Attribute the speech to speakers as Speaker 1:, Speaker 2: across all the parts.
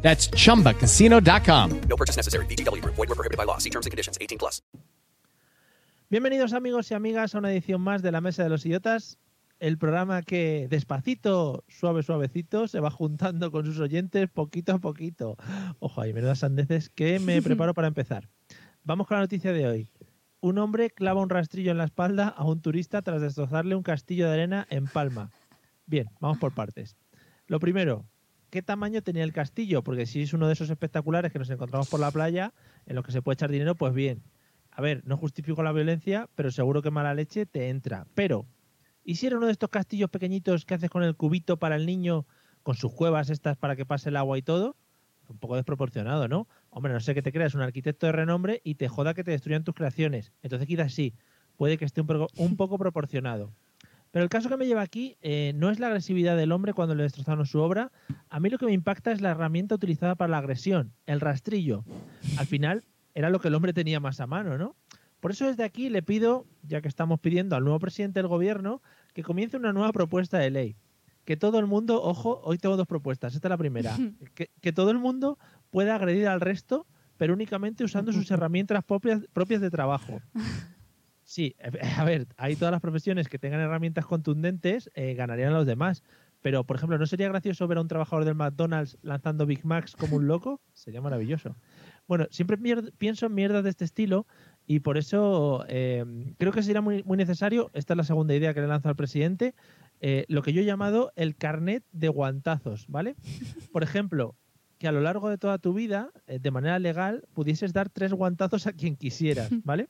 Speaker 1: That's chumbacasino.com.
Speaker 2: No purchase necessary. BGW. Void were prohibited by law. See terms and conditions. 18 plus.
Speaker 3: Bienvenidos amigos y amigas a una edición más de La Mesa de los Idiotas, el programa que despacito, suave, suavecito, se va juntando con sus oyentes poquito a poquito. Ojo, hay menudas sandeces que me preparo para empezar. Vamos con la noticia de hoy. Un hombre clava un rastrillo en la espalda a un turista tras destrozarle un castillo de arena en Palma. Bien, vamos por partes. Lo primero, ¿qué tamaño tenía el castillo? Porque si es uno de esos espectaculares que nos encontramos por la playa, en los que se puede echar dinero, pues bien. A ver, no justifico la violencia, pero seguro que mala leche te entra. Pero, ¿y si era uno de estos castillos pequeñitos que haces con el cubito para el niño, con sus cuevas estas para que pase el agua y todo? Un poco desproporcionado, ¿no? Hombre, no sé que te creas un arquitecto de renombre y te joda que te destruyan tus creaciones. Entonces quizás sí, puede que esté un, poco- un poco proporcionado. Pero el caso que me lleva aquí eh, no es la agresividad del hombre cuando le destrozaron su obra. A mí lo que me impacta es la herramienta utilizada para la agresión, el rastrillo. Al final era lo que el hombre tenía más a mano, ¿no? Por eso desde aquí le pido, ya que estamos pidiendo al nuevo presidente del gobierno, que comience una nueva propuesta de ley. Que todo el mundo, ojo, hoy tengo dos propuestas, esta es la primera, que, que todo el mundo pueda agredir al resto, pero únicamente usando sus herramientas propias, propias de trabajo. Sí, eh, a ver, hay todas las profesiones que tengan herramientas contundentes, eh, ganarían los demás. Pero, por ejemplo, ¿no sería gracioso ver a un trabajador del McDonald's lanzando Big Macs como un loco? Sería maravilloso. Bueno, siempre mier- pienso en mierdas de este estilo y por eso eh, creo que será muy, muy necesario, esta es la segunda idea que le lanzo al presidente, eh, lo que yo he llamado el carnet de guantazos, ¿vale? Por ejemplo, que a lo largo de toda tu vida, eh, de manera legal, pudieses dar tres guantazos a quien quisieras, ¿vale?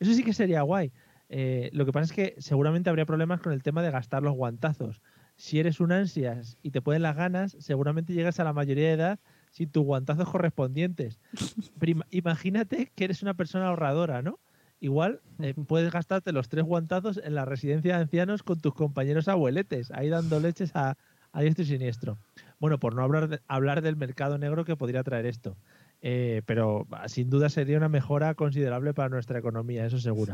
Speaker 3: Eso sí que sería guay. Eh, lo que pasa es que seguramente habría problemas con el tema de gastar los guantazos. Si eres un ansias y te pueden las ganas, seguramente llegas a la mayoría de edad sin tus guantazos correspondientes. Pero ima- Pues imagínate que eres una persona ahorradora, ¿no? Igual eh, puedes gastarte los tres guantazos en la residencia de ancianos con tus compañeros abueletes, ahí dando leches a, a diestro y siniestro. Bueno, por no hablar, de- hablar del mercado negro que podría traer esto. Eh, pero ah, sin duda sería una mejora considerable para nuestra economía, eso seguro.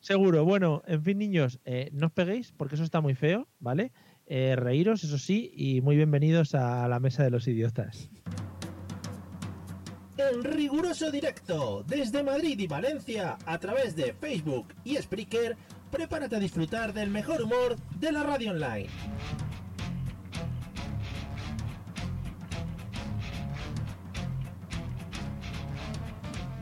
Speaker 3: Seguro, bueno, en fin, niños, eh, no os peguéis porque eso está muy feo, ¿vale? Eh, reíros, eso sí, y muy bienvenidos a la mesa de los idiotas.
Speaker 4: En riguroso directo desde Madrid y Valencia a través de Facebook y Spreaker, prepárate a disfrutar del mejor humor de la radio online.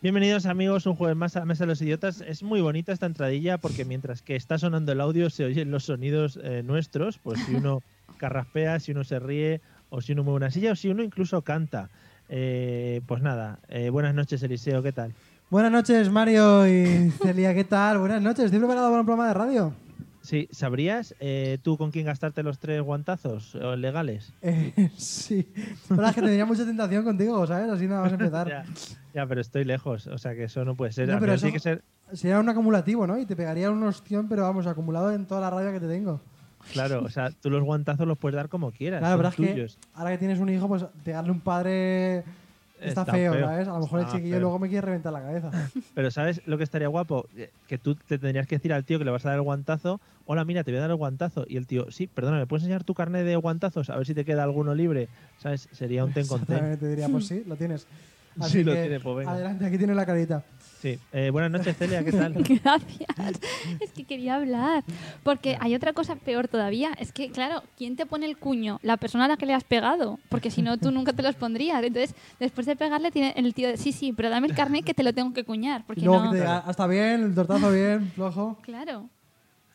Speaker 3: Bienvenidos amigos, un jueves más a la Mesa de los Idiotas. Es muy bonita esta entradilla porque mientras que está sonando el audio se oyen los sonidos eh, nuestros, pues si uno carraspea, si uno se ríe, o si uno mueve una silla, o si uno incluso canta. Eh, pues nada, eh, buenas noches Eliseo, ¿qué tal?
Speaker 5: Buenas noches, Mario y Celia, ¿qué tal? Buenas noches, estoy preparado para un programa de radio.
Speaker 3: Sí, ¿sabrías eh, tú con quién gastarte los tres guantazos eh, legales?
Speaker 5: Eh, sí, la verdad es que tendría mucha tentación contigo, ¿sabes? Así nada, vamos a
Speaker 3: Ya,
Speaker 5: empezar.
Speaker 3: ya, pero estoy lejos, o sea que eso no puede ser.
Speaker 5: No,
Speaker 3: Al
Speaker 5: pero
Speaker 3: final tiene
Speaker 5: eso-
Speaker 3: que ser,
Speaker 5: Sería un acumulativo, ¿no? Y te pegaría un ostión, pero vamos, acumulado en toda la radio que te tengo.
Speaker 3: claro, o sea, tú los guantazos los puedes dar como quieras, son
Speaker 5: Claro, la verdad es que
Speaker 3: tuyos.
Speaker 5: ahora que tienes un hijo, pues pegarle un padre está,
Speaker 3: Está
Speaker 5: feo,
Speaker 3: feo.
Speaker 5: ¿sabes? A lo mejor el
Speaker 3: Está
Speaker 5: chiquillo
Speaker 3: feo.
Speaker 5: luego me quiere reventar la cabeza.
Speaker 3: Pero ¿sabes lo que estaría guapo? Eh, Que tú te tendrías que decir al tío que le vas a dar el guantazo, hola, mira, te voy a dar el guantazo. Y el tío, sí, perdona, ¿me puedes enseñar tu carnet de guantazos? A ver si te queda alguno libre, ¿sabes? Sería un ten con ten.
Speaker 5: Te diría, pues sí, lo tienes.
Speaker 3: Sí, lo tiene, pues venga.
Speaker 5: Adelante, aquí tienes la carita.
Speaker 3: Sí. Eh, buenas noches, Celia, ¿qué tal?
Speaker 6: Gracias. Es que quería hablar. Porque hay otra cosa peor todavía. Es que, claro, ¿quién te pone el cuño? La persona a la que le has pegado. Porque si no, tú nunca te los pondrías. Entonces, después de pegarle, tiene el tío de, sí, sí, pero dame el carnet que te lo tengo que cuñar. Porque
Speaker 5: Y luego
Speaker 6: no.
Speaker 5: que te diga, hasta bien, el tortazo bien, flojo.
Speaker 6: Claro.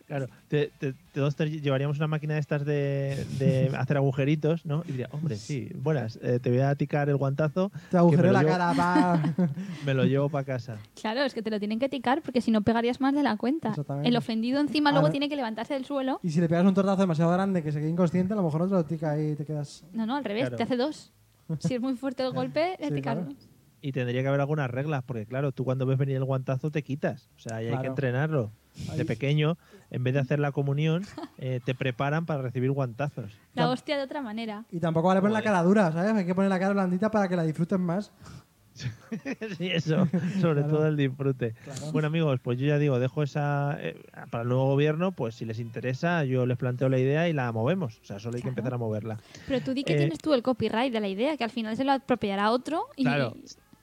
Speaker 3: Claro, te- te- todos te llevaríamos una máquina de estas de, de hacer agujeritos, ¿no? Y diría, hombre, sí, buenas, eh, te voy a ticar el guantazo,
Speaker 5: Te agujereo
Speaker 3: lo
Speaker 5: la
Speaker 3: llevo-
Speaker 5: cara, va.
Speaker 3: me lo llevo para casa.
Speaker 6: Claro, es que te lo tienen que ticar porque si no pegarías más de la cuenta.
Speaker 5: Exactamente.
Speaker 6: El ofendido encima
Speaker 5: Ahora-
Speaker 6: luego tiene que levantarse del suelo.
Speaker 5: Y si le pegas un tortazo demasiado grande que se quede inconsciente, a lo mejor no te lo tica ahí y te quedas.
Speaker 6: No, no, al revés,
Speaker 3: Claro.
Speaker 6: te hace dos. Si es muy fuerte el golpe, le
Speaker 5: Sí,
Speaker 6: ticas
Speaker 5: claro.
Speaker 6: dos.
Speaker 3: Y tendría que haber algunas reglas, porque claro, tú cuando ves venir el guantazo te quitas. O sea, ahí hay que
Speaker 5: Claro.
Speaker 3: entrenarlo. De
Speaker 5: Ahí.
Speaker 3: pequeño, en vez de hacer la comunión, eh, te preparan para recibir guantazos.
Speaker 6: La hostia de otra manera.
Speaker 5: Y tampoco vale poner la cara dura, ¿sabes? Hay que poner la cara blandita para que la disfruten más.
Speaker 3: sí, eso, sobre todo el disfrute. Bueno, amigos, pues yo ya digo, dejo esa eh, para el nuevo gobierno, pues si les interesa, yo les planteo la idea y la movemos. O sea, solo hay que
Speaker 6: Claro.
Speaker 3: empezar a moverla.
Speaker 6: Pero tú di que
Speaker 3: Eh,
Speaker 6: tienes tú el copyright de la idea, que al final se lo apropiará otro y
Speaker 3: Claro.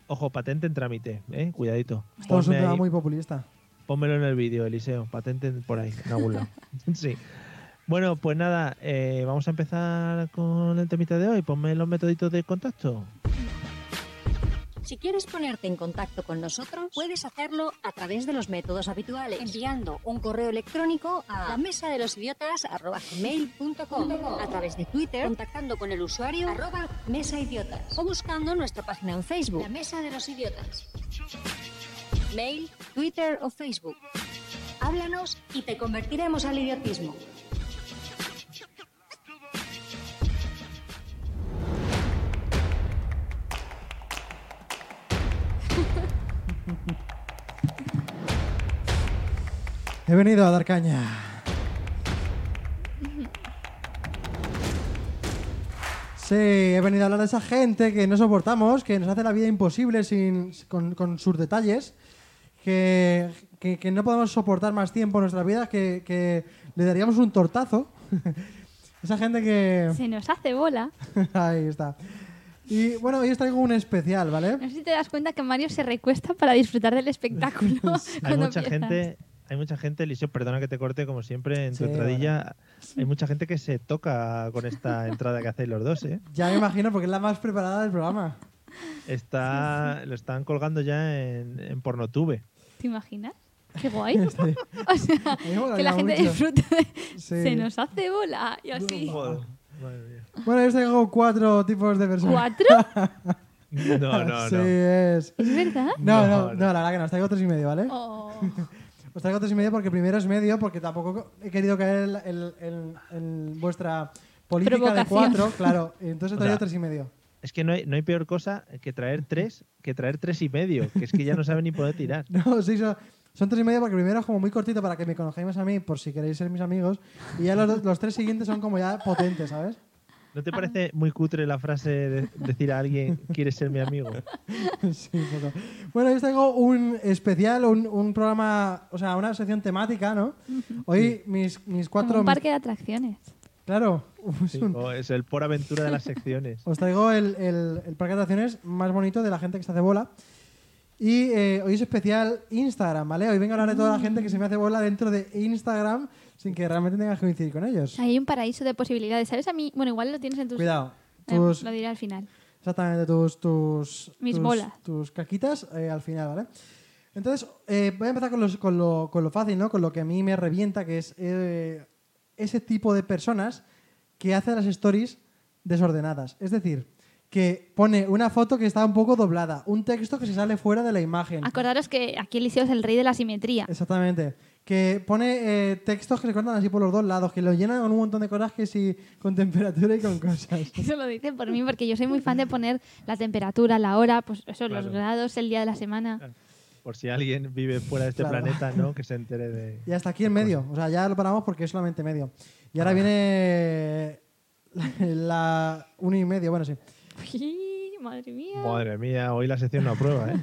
Speaker 3: Ojo, patente en trámite, ¿eh? cuidadito.
Speaker 5: Esto es un
Speaker 3: Ponme
Speaker 5: tema
Speaker 3: ahí-
Speaker 5: muy populista.
Speaker 3: Pónmelo en el vídeo, Eliseo. Patenten por ahí, en algún lado. sí. Bueno, pues nada, eh, vamos a empezar con el temita de hoy. Ponme los metoditos de contacto.
Speaker 7: Si quieres ponerte en contacto con nosotros, puedes hacerlo a través de los métodos habituales, enviando un correo electrónico a la mesa de los idiotas a través de Twitter, contactando con el usuario arroba mesa idiotas o buscando nuestra página en Facebook, la mesa de los idiotas. Mail, Twitter o Facebook. Háblanos y te convertiremos al idiotismo.
Speaker 5: He venido a dar caña. Sí, he venido a hablar de esa gente que no soportamos, que nos hace la vida imposible sin, con, con sus detalles, que, que- que no podemos soportar más tiempo en nuestra vida, que, que le daríamos un tortazo. esa gente que...
Speaker 6: se nos hace bola.
Speaker 5: Ahí está. Y bueno, hoy os traigo un especial, ¿vale?
Speaker 6: No sé si te das cuenta que Mario se recuesta para disfrutar del espectáculo.
Speaker 3: Hay
Speaker 6: cuando
Speaker 3: mucha
Speaker 6: empiezas.
Speaker 3: gente, hay mucha gente, Eliseo, perdona que te corte como siempre en
Speaker 5: Sí,
Speaker 3: tu entradilla. Hay mucha gente que se toca con esta entrada que hacéis los dos, ¿eh?
Speaker 5: Ya me imagino porque es la más preparada del programa.
Speaker 3: Está, Lo están colgando ya en, en Pornotube.
Speaker 6: ¿Te imaginas? Qué guay. o sea,
Speaker 5: Me mola
Speaker 6: que la
Speaker 5: mucho.
Speaker 6: gente disfrute. de-
Speaker 5: Sí.
Speaker 6: Se nos hace bola. Y así.
Speaker 3: Joder, madre mía.
Speaker 5: Bueno, yo os traigo cuatro tipos de personas.
Speaker 6: ¿Cuatro?
Speaker 3: No, no,
Speaker 5: sí,
Speaker 3: no.
Speaker 5: es.
Speaker 6: ¿Es verdad?
Speaker 5: No, no,
Speaker 3: No,
Speaker 5: no, la verdad que no. Os traigo tres y medio, ¿vale?
Speaker 6: Oh,
Speaker 5: Os traigo tres y medio porque primero es medio, porque tampoco he querido caer en, la- en- en- en vuestra política de
Speaker 6: Provocación.
Speaker 5: cuatro, claro. Entonces he
Speaker 3: O
Speaker 5: traído
Speaker 3: sea,
Speaker 5: tres y medio.
Speaker 3: Es que no hay, no hay peor cosa que traer tres que traer tres y medio, que es que ya no saben ni poder tirar.
Speaker 5: No, sí, son, son tres y medio porque primero es como muy cortito para que me conozcáis más a mí, por si queréis ser mis amigos. Y ya los, los tres siguientes son como ya potentes, ¿sabes?
Speaker 3: ¿No te parece muy cutre la frase de decir a alguien, quieres ser mi amigo?
Speaker 5: Sí, un poco. Bueno, yo os traigo un especial, un, un programa, o sea, una sección temática, ¿no? Hoy mis, mis
Speaker 6: como
Speaker 5: cuatro...
Speaker 6: un parque de atracciones.
Speaker 5: Claro, es
Speaker 3: Sí,
Speaker 5: un-
Speaker 3: o es el por aventura de las secciones.
Speaker 5: os traigo el, el, el parque de atracciones más bonito de la gente que se hace bola. Y eh, hoy es especial Instagram, ¿vale? Hoy vengo a hablar de toda la gente que se me hace bola dentro de Instagram sin que realmente tenga que coincidir con ellos.
Speaker 6: Hay un paraíso de posibilidades. ¿Sabes a mí? Bueno, igual lo tienes en tus...
Speaker 5: Cuidado.
Speaker 6: Eh,
Speaker 5: Tus,
Speaker 6: Lo diré al final.
Speaker 5: Exactamente, tus. tus
Speaker 6: Mis
Speaker 5: tus-
Speaker 6: bolas.
Speaker 5: Tus caquitas eh, al final, ¿vale? Entonces, eh, voy a empezar con, los- con, lo, con lo fácil, ¿no? Con lo que a mí me revienta, que es eh, ese tipo de personas que hace las stories desordenadas. Es decir, que pone una foto que está un poco doblada, un texto que se sale fuera de la imagen.
Speaker 6: Acordaros que aquí Eliseo es el rey de la simetría.
Speaker 5: Exactamente. Que pone eh, textos que se cortan así por los dos lados, que lo llenan con un montón de cosas que sí, con temperatura y con cosas.
Speaker 6: Eso lo dice por mí, porque yo soy muy fan de poner la temperatura, la hora, pues eso,
Speaker 3: Claro.
Speaker 6: los grados, el día de la semana.
Speaker 3: Por si alguien vive fuera de este
Speaker 5: Claro.
Speaker 3: planeta, ¿no? Que se entere de...
Speaker 5: Y hasta aquí en medio. O sea, ya lo paramos porque es solamente medio. Y ahora viene la, la uno y medio, bueno, sí.
Speaker 6: Uy, madre mía.
Speaker 3: Madre mía, hoy la sección no aprueba, ¿eh?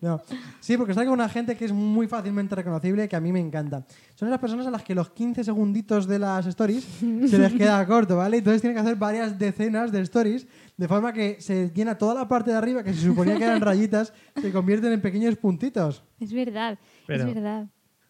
Speaker 5: No. Sí, porque está con una gente que es muy fácilmente reconocible y que a mí me encanta. Son esas personas a las que los 15 segunditos de las stories se les queda corto, ¿vale? Entonces tienen que hacer varias decenas de stories de forma que se llena toda la parte de arriba que se suponía que eran rayitas, se convierten en pequeños puntitos.
Speaker 6: Es verdad,
Speaker 3: Pero-
Speaker 6: es verdad.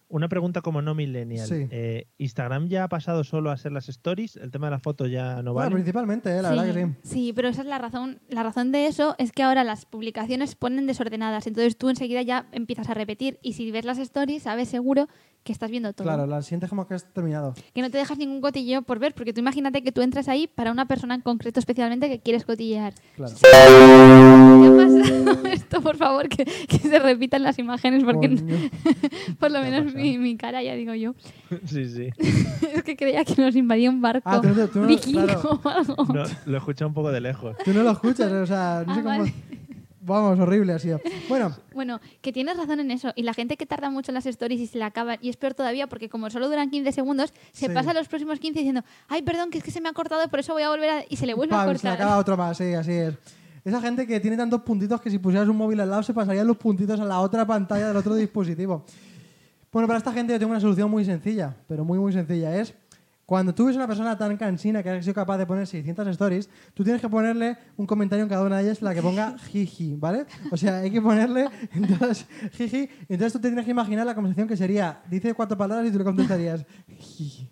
Speaker 3: Una pregunta como no millennial.
Speaker 5: Sí.
Speaker 3: Eh, ¿Instagram ya ha pasado solo a hacer las stories? ¿El tema de la foto ya no
Speaker 5: Bueno,
Speaker 3: vale?
Speaker 5: principalmente, ¿eh? la verdad que sí.
Speaker 6: sí, pero esa es la razón. La razón de eso es que ahora las publicaciones ponen desordenadas, entonces tú enseguida ya empiezas a repetir y si ves las stories sabes seguro que estás viendo todo.
Speaker 5: Claro, la sientes como que has terminado.
Speaker 6: Que no te dejas ningún cotilleo por ver, porque tú imagínate que tú entras ahí para una persona en concreto especialmente que quieres cotillear.
Speaker 5: Claro.
Speaker 6: ¿Qué pasa? Esto, por favor, que, que se repitan las imágenes, porque
Speaker 5: Coño.
Speaker 6: por lo menos mi, mi cara, ya digo yo,
Speaker 3: Sí, sí.
Speaker 6: es que creía que nos invadía un barco
Speaker 5: Ah, tú no- tú no-
Speaker 6: vikingo
Speaker 5: claro.
Speaker 6: o algo.
Speaker 3: No, lo he escuchado un poco de lejos.
Speaker 5: Tú no lo escuchas, o sea, no
Speaker 6: Ah,
Speaker 5: sé cómo.
Speaker 6: vale.
Speaker 5: Vamos, horrible ha sido. Bueno,
Speaker 6: Bueno, que tienes razón en eso. Y la gente que tarda mucho en las stories y se la acaba, y es peor todavía porque como solo duran 15 segundos, se
Speaker 5: Sí.
Speaker 6: pasa los próximos 15 diciendo, ay, perdón, que es que se me ha cortado, por eso voy a volver a... Y se le vuelve a
Speaker 5: pam, se
Speaker 6: cortar.
Speaker 5: acaba otro más, sí, así es. Esa gente que tiene tantos puntitos que si pusieras un móvil al lado se pasarían los puntitos a la otra pantalla del otro dispositivo. Bueno, para esta gente yo tengo una solución muy sencilla, pero muy, muy sencilla. Es cuando tú ves una persona tan cansina que ha sido capaz de poner 600 stories, tú tienes que ponerle un comentario en cada una de ellas en la que ponga jiji, ¿vale? O sea, hay que ponerle entonces jiji. y Entonces tú te tienes que imaginar la conversación que sería: dice cuatro palabras y tú le contestarías jiji.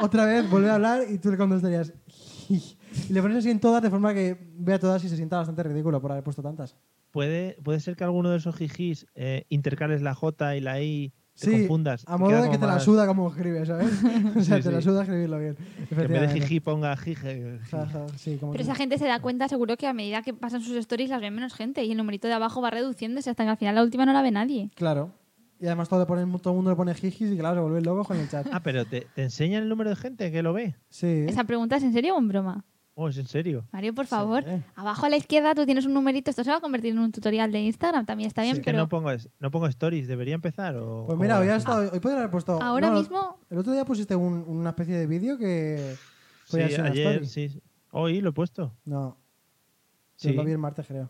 Speaker 5: Otra vez vuelve a hablar y tú le contestarías jiji. Y le pones así en todas de forma que vea todas y se sienta bastante ridículo por haber puesto tantas.
Speaker 3: Puede, puede ser que alguno de esos jijis eh, intercales la J y la I, te
Speaker 5: sí,
Speaker 3: confundas.
Speaker 5: a
Speaker 3: y
Speaker 5: modo
Speaker 3: queda
Speaker 5: de que
Speaker 3: como
Speaker 5: te la
Speaker 3: más-
Speaker 5: suda como escribes, ¿sabes? O sea,
Speaker 3: Sí,
Speaker 5: te la
Speaker 3: sí.
Speaker 5: suda escribirlo bien.
Speaker 3: Que en vez de
Speaker 5: efectivamente.
Speaker 3: jiji ponga jije.
Speaker 5: Ja, ja, sí, como
Speaker 6: Pero
Speaker 5: que-
Speaker 6: esa gente se da cuenta, seguro que a medida que pasan sus stories las ve menos gente y el numerito de abajo va reduciéndose hasta que al final la última no la ve nadie.
Speaker 5: Claro. Y además todo, le ponen- todo el mundo le pone jijis y claro, se vuelven locos con el chat.
Speaker 3: Ah, pero te, te enseñan el número de gente que lo ve.
Speaker 5: Sí.
Speaker 6: ¿Esa pregunta es en serio o en broma?
Speaker 3: Oh, es en serio.
Speaker 6: Mario, por favor, abajo a la izquierda tú tienes un numerito, esto se va a convertir en un tutorial de Instagram, también está bien,
Speaker 3: Es que
Speaker 6: pero
Speaker 3: no pongo, es- no pongo stories, debería empezar. O,
Speaker 5: Pues mira,
Speaker 3: o-
Speaker 5: hoy, has estado- hoy podría haber puesto...
Speaker 6: ahora
Speaker 5: no,
Speaker 6: mismo
Speaker 5: El otro día pusiste un- una especie de vídeo que...
Speaker 3: Ah, Sí,
Speaker 5: podía ser una
Speaker 3: ayer,
Speaker 5: story.
Speaker 3: sí. Hoy lo he puesto.
Speaker 5: No.
Speaker 3: Sí.
Speaker 5: Yo lo vi el martes, creo.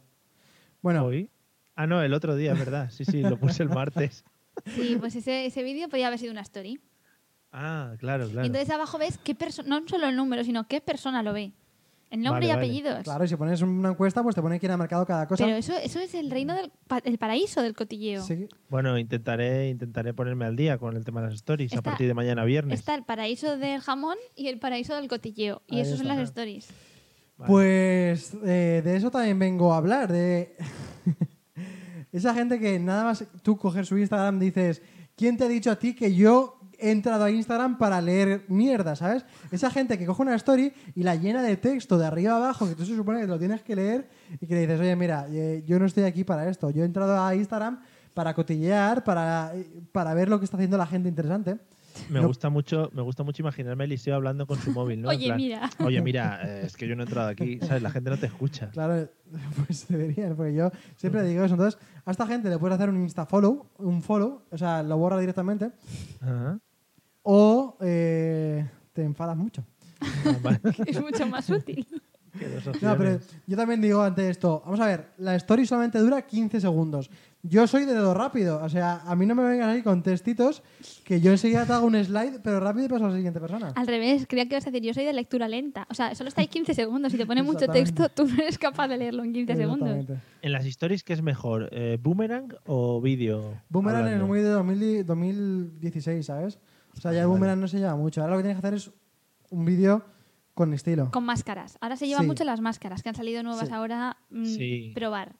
Speaker 5: Bueno,
Speaker 3: Hoy. Ah, no, el otro día, ¿verdad? Sí, sí, lo puse el martes.
Speaker 6: sí, pues ese, ese vídeo podría haber sido una story.
Speaker 3: Ah, claro, claro.
Speaker 6: Y entonces abajo ves qué persona, no solo el número, sino qué persona lo ve. El
Speaker 3: Vale,
Speaker 6: nombre y
Speaker 3: vale.
Speaker 6: apellidos.
Speaker 5: claro, y si pones una encuesta, pues te pone quién ha marcado cada cosa.
Speaker 6: Pero eso, eso es el reino del pa- el paraíso del cotilleo.
Speaker 5: Sí.
Speaker 3: Bueno, intentaré, intentaré ponerme al día con el tema de las stories a
Speaker 6: Está-
Speaker 3: partir de mañana viernes.
Speaker 6: Está el paraíso del jamón y el paraíso del cotilleo. Y
Speaker 5: Ahí
Speaker 6: eso son
Speaker 5: está.
Speaker 6: las stories.
Speaker 3: Vale.
Speaker 5: Pues eh, de eso también vengo a hablar, de esa gente que nada más tú coger su Instagram dices, ¿quién te ha dicho a ti que yo he entrado a Instagram para leer mierda, ¿sabes? Esa gente que coge una story y la llena de texto de arriba a abajo, que tú se supone que lo tienes que leer y que le dices, oye, mira, eh, yo no estoy aquí para esto, yo he entrado a Instagram para cotillear, para, eh, para ver lo que está haciendo la gente interesante.
Speaker 3: Me
Speaker 5: no-
Speaker 3: gusta mucho, me gusta mucho imaginarme a Eliseo hablando con su móvil, ¿no? En
Speaker 6: Oye, mira.
Speaker 3: Oye, mira, eh, es que yo no he entrado aquí, ¿sabes? La gente no te escucha.
Speaker 5: Claro, pues deberían, porque yo siempre digo eso. Entonces, a esta gente le puedes hacer un insta follow, un follow, o sea, lo borra directamente,
Speaker 3: Ajá.
Speaker 5: o eh, te enfadas mucho.
Speaker 3: Ah, vale.
Speaker 6: es mucho más útil.
Speaker 3: Qué dos
Speaker 5: No,
Speaker 3: opciones.
Speaker 5: pero yo también digo ante esto, vamos a ver, la story solamente dura 15 segundos. Yo soy de dedo rápido, o sea, a mí no me vengas ahí con textitos que yo enseguida te hago un slide, pero rápido y paso a la siguiente persona.
Speaker 6: Al revés, creía que ibas a decir, yo soy de lectura lenta. O sea, solo estáis 15 segundos. Si te pone mucho
Speaker 5: Exactamente.
Speaker 6: texto, tú no eres capaz de leerlo en 15 segundos.
Speaker 5: Exactamente.
Speaker 3: En las stories, ¿qué es mejor? eh, ¿Boomerang o vídeo?
Speaker 5: Boomerang
Speaker 3: hablando?
Speaker 5: es muy de 2000 2016, ¿sabes? O sea, ya el boomerang no se lleva mucho. Ahora lo que tienes que hacer es un vídeo con estilo.
Speaker 6: Con máscaras. Ahora se llevan
Speaker 5: Sí.
Speaker 6: mucho las máscaras, que han salido nuevas
Speaker 5: Sí.
Speaker 6: ahora. mm,
Speaker 3: Sí.
Speaker 6: Probar.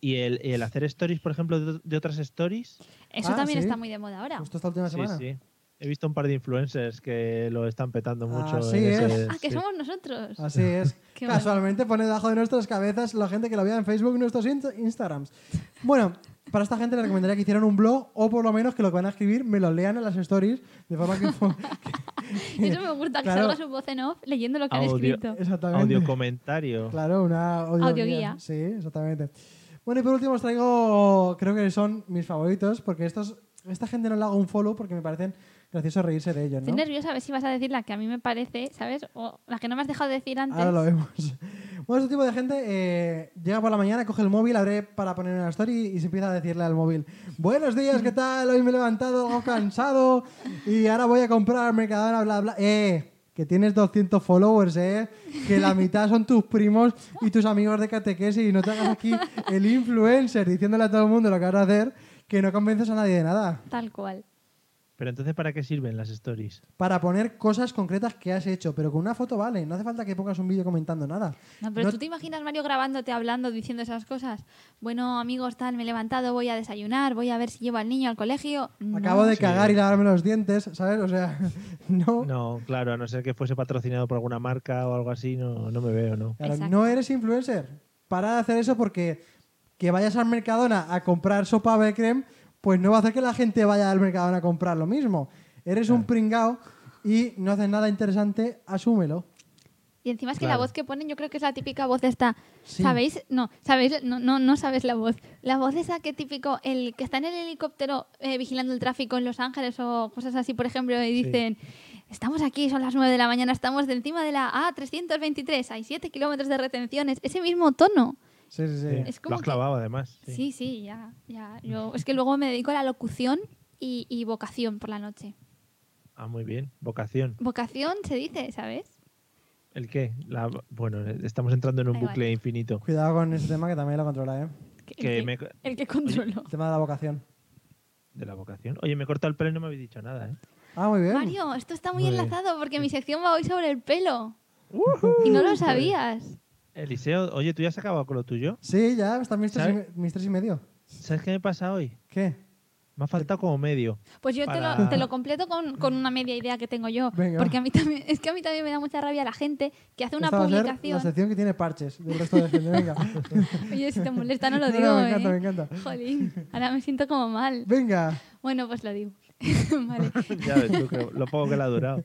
Speaker 3: ¿Y el, el hacer stories, por ejemplo, de, de otras stories?
Speaker 6: Eso
Speaker 5: Ah,
Speaker 6: también
Speaker 5: sí.
Speaker 6: está muy de moda ahora.
Speaker 5: Justo esta última
Speaker 3: Sí,
Speaker 5: semana.
Speaker 3: sí. He visto un par de influencers que lo están
Speaker 5: Ah,
Speaker 3: petando mucho.
Speaker 5: Así
Speaker 3: en ese-
Speaker 5: es.
Speaker 6: Ah, que
Speaker 3: sí.
Speaker 6: somos nosotros.
Speaker 5: Así es.
Speaker 6: Qué
Speaker 5: Casualmente pone debajo de nuestras cabezas la gente que lo vea en Facebook y nuestros inst- Instagrams. Bueno, para esta gente le recomendaría que hicieran un blog o por lo menos que lo que van a escribir me lo lean en las stories de forma que...
Speaker 6: Eso me gusta, que
Speaker 5: Claro.
Speaker 6: salga su voz en off leyendo lo que han
Speaker 3: Audio.
Speaker 6: escrito.
Speaker 5: Exactamente.
Speaker 3: Audio comentario.
Speaker 5: Claro, una audioguía.
Speaker 6: Audioguía.
Speaker 5: Sí, exactamente. Bueno, y por último os traigo, creo que son mis favoritos, porque estos, esta gente no le hago un follow porque me parecen graciosos reírse de ellos, ¿no?
Speaker 6: Estoy nerviosa a ver si vas a decir la que a mí me parece, ¿sabes? O la que no me has dejado de decir antes.
Speaker 5: Ahora lo vemos. Bueno, este tipo de gente eh, llega por la mañana, coge el móvil, abre para poner una story y se empieza a decirle al móvil, buenos días, ¿qué tal? Hoy me he levantado algo cansado y ahora voy a comprar Mercadona, bla, bla. Eh, que tienes 200 followers, eh, que la mitad son tus primos y tus amigos de catequesis y no te hagas aquí el influencer diciéndole a todo el mundo lo que vas a hacer, que no convences a nadie de nada.
Speaker 6: Tal cual.
Speaker 3: Pero entonces, ¿para qué sirven las stories?
Speaker 5: Para poner cosas concretas que has hecho, pero con una foto vale, no hace falta que pongas un vídeo comentando nada.
Speaker 6: No, pero
Speaker 5: No-
Speaker 6: tú te imaginas Mario grabándote, hablando, diciendo esas cosas. Bueno, amigos, tal, me he levantado, voy a desayunar, voy a ver si llevo al niño al colegio. No.
Speaker 5: Acabo de cagar y lavarme los dientes, ¿sabes? O sea, no.
Speaker 3: No, claro, a no ser que fuese patrocinado por alguna marca o algo así, no, no me veo, ¿no?
Speaker 5: Claro,
Speaker 6: Exacto.
Speaker 5: no eres influencer. Para de hacer eso porque que vayas al Mercadona a comprar sopa de creme, pues no va a hacer que la gente vaya al Mercadona a comprar lo mismo. Eres un pringao y no haces nada interesante, asúmelo.
Speaker 6: Y encima es que
Speaker 3: Claro.
Speaker 6: la voz que ponen, yo creo que es la típica voz esta.
Speaker 5: Sí.
Speaker 6: ¿Sabéis? No, ¿sabéis? No, no, no sabes la voz. La voz esa que típico, el que está en el helicóptero eh, vigilando el tráfico en Los Ángeles o cosas así, por ejemplo, y dicen, estamos aquí, son las 9 de la mañana, estamos de encima de la A323, hay 7 kilómetros de retenciones. Ese mismo tono.
Speaker 5: Sí, sí, sí.
Speaker 6: Es
Speaker 3: Lo
Speaker 6: como
Speaker 3: has
Speaker 6: que-
Speaker 3: clavado, además. sí.
Speaker 6: Sí, sí, ya, ya. Yo, es que luego me dedico a la locución y, y vocación por la noche.
Speaker 3: Ah, muy bien. Vocación.
Speaker 6: Vocación se dice, ¿sabes?
Speaker 3: ¿El qué? La- bueno, estamos entrando en un
Speaker 6: Da igual.
Speaker 3: bucle infinito.
Speaker 5: Cuidado con ese tema que también lo controla, ¿eh?
Speaker 6: Que-
Speaker 3: Que
Speaker 6: el, que,
Speaker 3: me-
Speaker 6: el que controlo.
Speaker 5: El tema de la vocación.
Speaker 3: De la vocación. Oye, me he cortado el pelo y no me habéis dicho nada, ¿eh?
Speaker 5: Ah, muy bien.
Speaker 6: Mario, esto está muy
Speaker 3: Muy bien.
Speaker 6: enlazado porque mi sección va hoy sobre el pelo. Y no lo sabías.
Speaker 3: Eliseo, oye, ¿tú ya has acabado con lo tuyo?
Speaker 5: Sí, ya están mis tres, y,
Speaker 3: ¿Sabes?
Speaker 5: me- mis tres y medio.
Speaker 3: ¿Sabes qué me pasa hoy?
Speaker 5: ¿Qué?
Speaker 3: Me ha faltado como medio.
Speaker 6: Pues yo te
Speaker 3: Para-
Speaker 6: lo, te lo completo con, con una media idea que tengo yo.
Speaker 5: Venga.
Speaker 6: Porque a mí también, es que a mí también me da mucha rabia la gente que hace una
Speaker 5: Esta va a ser la
Speaker 6: publicación.
Speaker 5: sección que tiene parches del resto de gente. Venga.
Speaker 6: Oye, si te molesta, no
Speaker 5: No,
Speaker 6: lo
Speaker 5: no,
Speaker 6: digo.
Speaker 5: me encanta,
Speaker 6: ¿eh?
Speaker 5: me encanta.
Speaker 6: Jolín, ahora me siento como mal.
Speaker 5: Venga.
Speaker 6: Bueno, pues lo digo. vale.
Speaker 3: ya ves tú, que lo poco que le ha durado.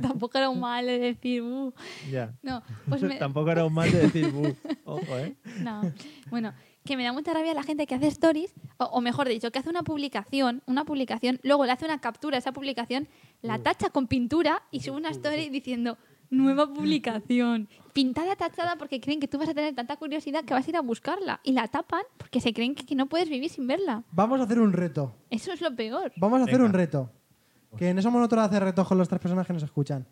Speaker 6: Tampoco era un mal de decir, "Uh".
Speaker 3: Ya.
Speaker 6: No, pues me,
Speaker 3: Tampoco era un mal de decir, "Bu". ojo, ¿eh?
Speaker 6: No. Bueno, que me da mucha rabia la gente que hace stories, o, o mejor dicho, que hace una publicación, una publicación, luego le hace una captura a esa publicación, la tacha con pintura y sube una story diciendo nueva publicación, pintada tachada porque creen que tú vas a tener tanta curiosidad que vas a ir a buscarla y la tapan porque se creen que, que no puedes vivir sin verla.
Speaker 5: Vamos a hacer un reto.
Speaker 6: Eso es lo peor.
Speaker 5: Vamos a hacer
Speaker 3: Venga.
Speaker 5: un reto. Que no somos nosotros de hacer retos con las tres personas que nos escuchan.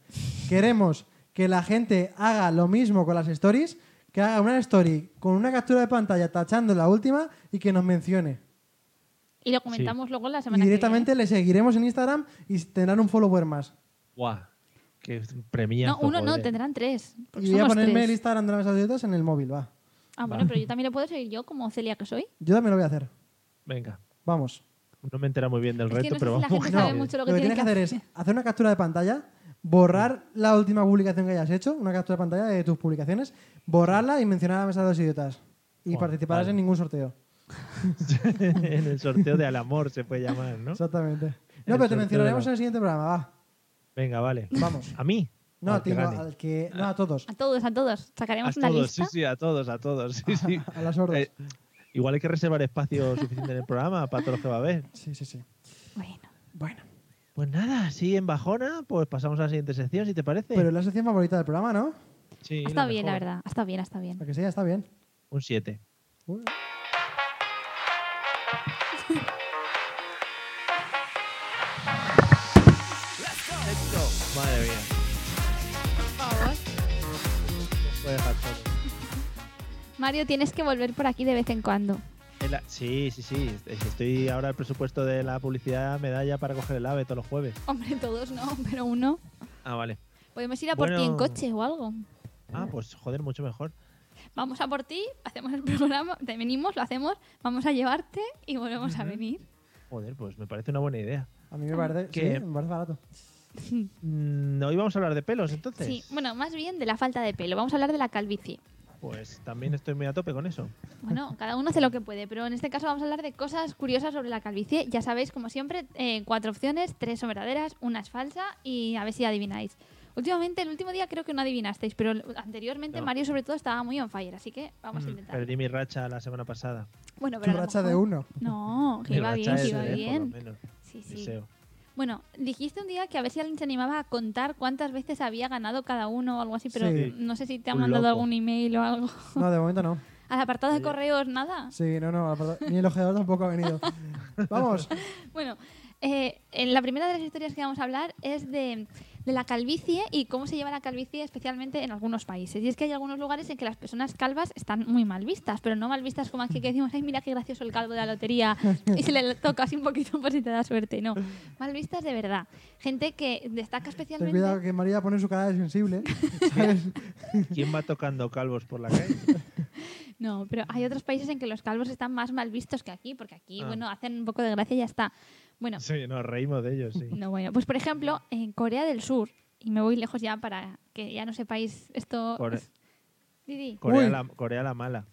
Speaker 5: Queremos que la gente haga lo mismo con las stories, que haga una story con una captura de pantalla tachando la última y que nos mencione.
Speaker 6: Y lo comentamos luego la
Speaker 5: Y
Speaker 6: semana
Speaker 5: directamente
Speaker 6: que
Speaker 5: le seguiremos en Instagram y tendrán un follower más.
Speaker 3: Guau. Qué
Speaker 6: viene.
Speaker 3: premia.
Speaker 6: No, uno no, tendrán tres. Porque
Speaker 5: y voy a
Speaker 6: somos
Speaker 5: ponerme
Speaker 6: tres.
Speaker 5: el Instagram de la mesa de idiotas en el móvil, va.
Speaker 6: Ah, bueno, pero yo también lo puedo seguir yo como Celia que soy.
Speaker 5: Yo también lo voy a hacer.
Speaker 3: Venga.
Speaker 5: Vamos.
Speaker 3: No me entera muy bien del
Speaker 6: Es
Speaker 3: reto,
Speaker 6: que no sé
Speaker 3: pero
Speaker 6: si la
Speaker 3: vamos.
Speaker 6: gente
Speaker 3: a
Speaker 6: sabe
Speaker 3: ver.
Speaker 6: mucho lo
Speaker 5: Lo
Speaker 6: que
Speaker 5: que,
Speaker 6: tienen
Speaker 5: tienes que hacer es hacer una captura de pantalla, borrar la última publicación que hayas hecho, una captura de pantalla de tus publicaciones, borrarla y mencionar a la mesa de los idiotas. Y
Speaker 3: Joder,
Speaker 5: participarás
Speaker 3: vale.
Speaker 5: en ningún sorteo.
Speaker 3: en el sorteo de Al Amor se puede llamar, ¿no?
Speaker 5: Exactamente.
Speaker 3: El
Speaker 5: No, pero te
Speaker 3: sorteo
Speaker 5: mencionaremos
Speaker 3: de
Speaker 5: en el siguiente programa, va.
Speaker 3: Venga, vale.
Speaker 5: Vamos.
Speaker 3: ¿A mí?
Speaker 5: No,
Speaker 3: Al que
Speaker 5: tengo
Speaker 3: gane.
Speaker 5: al que. No, a todos.
Speaker 6: A todos, a todos. Sacaremos
Speaker 3: a
Speaker 6: una
Speaker 3: todos,
Speaker 6: lista.
Speaker 3: sí, sí, a todos, a todos. Sí, sí.
Speaker 5: A las sordas.
Speaker 3: Eh, igual hay que reservar espacio suficiente en el programa para todos los que va a ver.
Speaker 5: Sí, sí, sí.
Speaker 6: Bueno.
Speaker 5: Bueno.
Speaker 3: Pues nada, sí, en bajona, pues pasamos a la siguiente sección, si te parece.
Speaker 5: Pero es la sección favorita del programa, ¿no?
Speaker 3: Sí,
Speaker 6: Ha
Speaker 3: la
Speaker 6: estado bien, la
Speaker 3: mejor.
Speaker 6: verdad. Ha estado bien, ha estado bien.
Speaker 5: La que sea, está bien.
Speaker 3: Un 7.
Speaker 5: Uy.
Speaker 3: Madre mía. Voy a dejar todo.
Speaker 6: Mario, tienes que volver por aquí de vez en cuando.
Speaker 3: En la- Sí, sí, sí. es- Estoy ahora el presupuesto de la publicidad medalla para coger el ave todos los jueves.
Speaker 6: Hombre, todos no, pero uno.
Speaker 3: Ah, vale.
Speaker 6: Podemos ir a por ti en
Speaker 3: Bueno.
Speaker 6: coche o algo.
Speaker 3: Ah, pues joder, mucho mejor.
Speaker 6: Vamos a por ti, hacemos el programa, te venimos, lo hacemos, vamos a llevarte y volvemos a venir.
Speaker 3: Joder, pues me parece una buena idea.
Speaker 5: A mí me parece.
Speaker 3: ¿Qué?
Speaker 5: sí, me parece barato.
Speaker 3: Mm, hoy vamos a hablar de pelos, entonces.
Speaker 6: Sí, bueno, más bien de la falta de pelo. Vamos a hablar de la calvicie.
Speaker 3: Pues también estoy muy a tope con eso.
Speaker 6: Bueno, cada uno hace lo que puede, pero en este caso vamos a hablar de cosas curiosas sobre la calvicie. Ya sabéis, como siempre, eh, cuatro opciones, tres son verdaderas, una es falsa y a ver si adivináis. Últimamente, el último día creo que no adivinasteis, pero el- anteriormente
Speaker 3: No.
Speaker 6: Mario sobre todo estaba muy on fire, así que vamos a
Speaker 3: Mm,
Speaker 6: intentar.
Speaker 3: Perdí mi racha la semana pasada.
Speaker 6: Bueno,
Speaker 5: Tu
Speaker 6: pero a lo
Speaker 5: racha de
Speaker 6: mejor-
Speaker 5: uno.
Speaker 6: No, que
Speaker 3: Mi
Speaker 6: iba
Speaker 3: racha
Speaker 6: bien,
Speaker 3: es
Speaker 6: que iba
Speaker 3: de, por lo
Speaker 6: bien.
Speaker 3: menos,
Speaker 6: Sí, sí.
Speaker 3: Eliseo.
Speaker 6: Bueno, dijiste un día que a ver si alguien se animaba a contar cuántas veces había ganado cada uno o algo así, pero
Speaker 5: Sí.
Speaker 6: no sé si te han
Speaker 3: Un
Speaker 6: mandado
Speaker 3: loco.
Speaker 6: algún email o algo.
Speaker 5: No, de momento no.
Speaker 6: Al apartado de correos, nada.
Speaker 5: Sí, no, no. perdón. Ni el ojeador tampoco ha venido. Vamos.
Speaker 6: Bueno, eh, en la primera de las historias que vamos a hablar es de, de la calvicie y cómo se lleva la calvicie especialmente en algunos países. Y es que hay algunos lugares en que las personas calvas están muy mal vistas, pero no mal vistas como aquí que decimos, ay, mira qué gracioso el calvo de la lotería y se le toca así un poquito por si te da suerte. No, mal vistas de verdad. Gente que destaca
Speaker 5: Ten
Speaker 6: especialmente...
Speaker 5: cuidado que María pone su cara de sensible. ¿sabes?
Speaker 3: ¿Quién va tocando calvos por la calle?
Speaker 6: No, pero hay otros países en que los calvos están más mal vistos que aquí, porque aquí,
Speaker 3: Ah.
Speaker 6: bueno, hacen un poco de gracia y ya está. Bueno,
Speaker 3: Sí, nos reímos de ellos, sí.
Speaker 6: no, bueno, pues por ejemplo, en Corea del Sur, y me voy lejos ya para que ya no sepáis esto.
Speaker 3: Core-
Speaker 6: es- Didi.
Speaker 3: Corea,
Speaker 5: Uy.
Speaker 3: la, Corea la mala.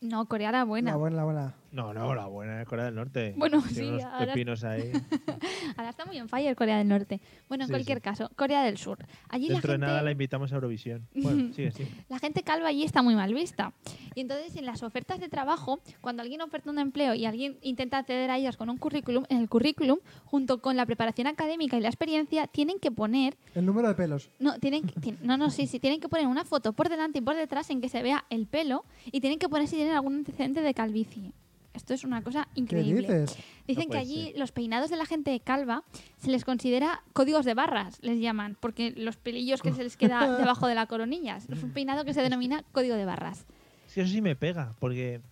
Speaker 6: No, Corea la buena.
Speaker 5: La buena, la buena.
Speaker 3: No, no, la buena es Corea del Norte.
Speaker 6: Bueno,
Speaker 3: Tiene
Speaker 6: sí,
Speaker 3: unos
Speaker 6: ahora-
Speaker 3: pepinos ahí.
Speaker 6: Ahora está muy en fire Corea del Norte. Bueno, en
Speaker 3: Sí,
Speaker 6: cualquier
Speaker 3: sí.
Speaker 6: caso, Corea del Sur. Allí
Speaker 3: Dentro de
Speaker 6: la gente...
Speaker 3: nada la invitamos a Eurovisión. Bueno, sigue, sigue.
Speaker 6: la gente calva allí está muy mal vista. Y entonces en las ofertas de trabajo, cuando alguien oferta un empleo y alguien intenta acceder a ellas con un currículum, en el currículum, junto con la preparación académica y la experiencia, tienen que poner,
Speaker 5: El número de pelos.
Speaker 6: no, tienen que- tien- no, no, sí, sí, tienen que poner una foto por delante y por detrás en que se vea el pelo y tienen que poner si tienen algún antecedente de calvicie. Esto es una cosa
Speaker 5: ¿Qué
Speaker 6: increíble.
Speaker 5: dices?
Speaker 3: No
Speaker 6: Dicen que
Speaker 3: puede
Speaker 6: allí
Speaker 3: ser.
Speaker 6: los peinados de la gente calva se les considera códigos de barras, les llaman, porque los pelillos que se les queda debajo de la coronilla. Es un peinado que se denomina código de barras.
Speaker 3: Sí, eso sí me pega, porque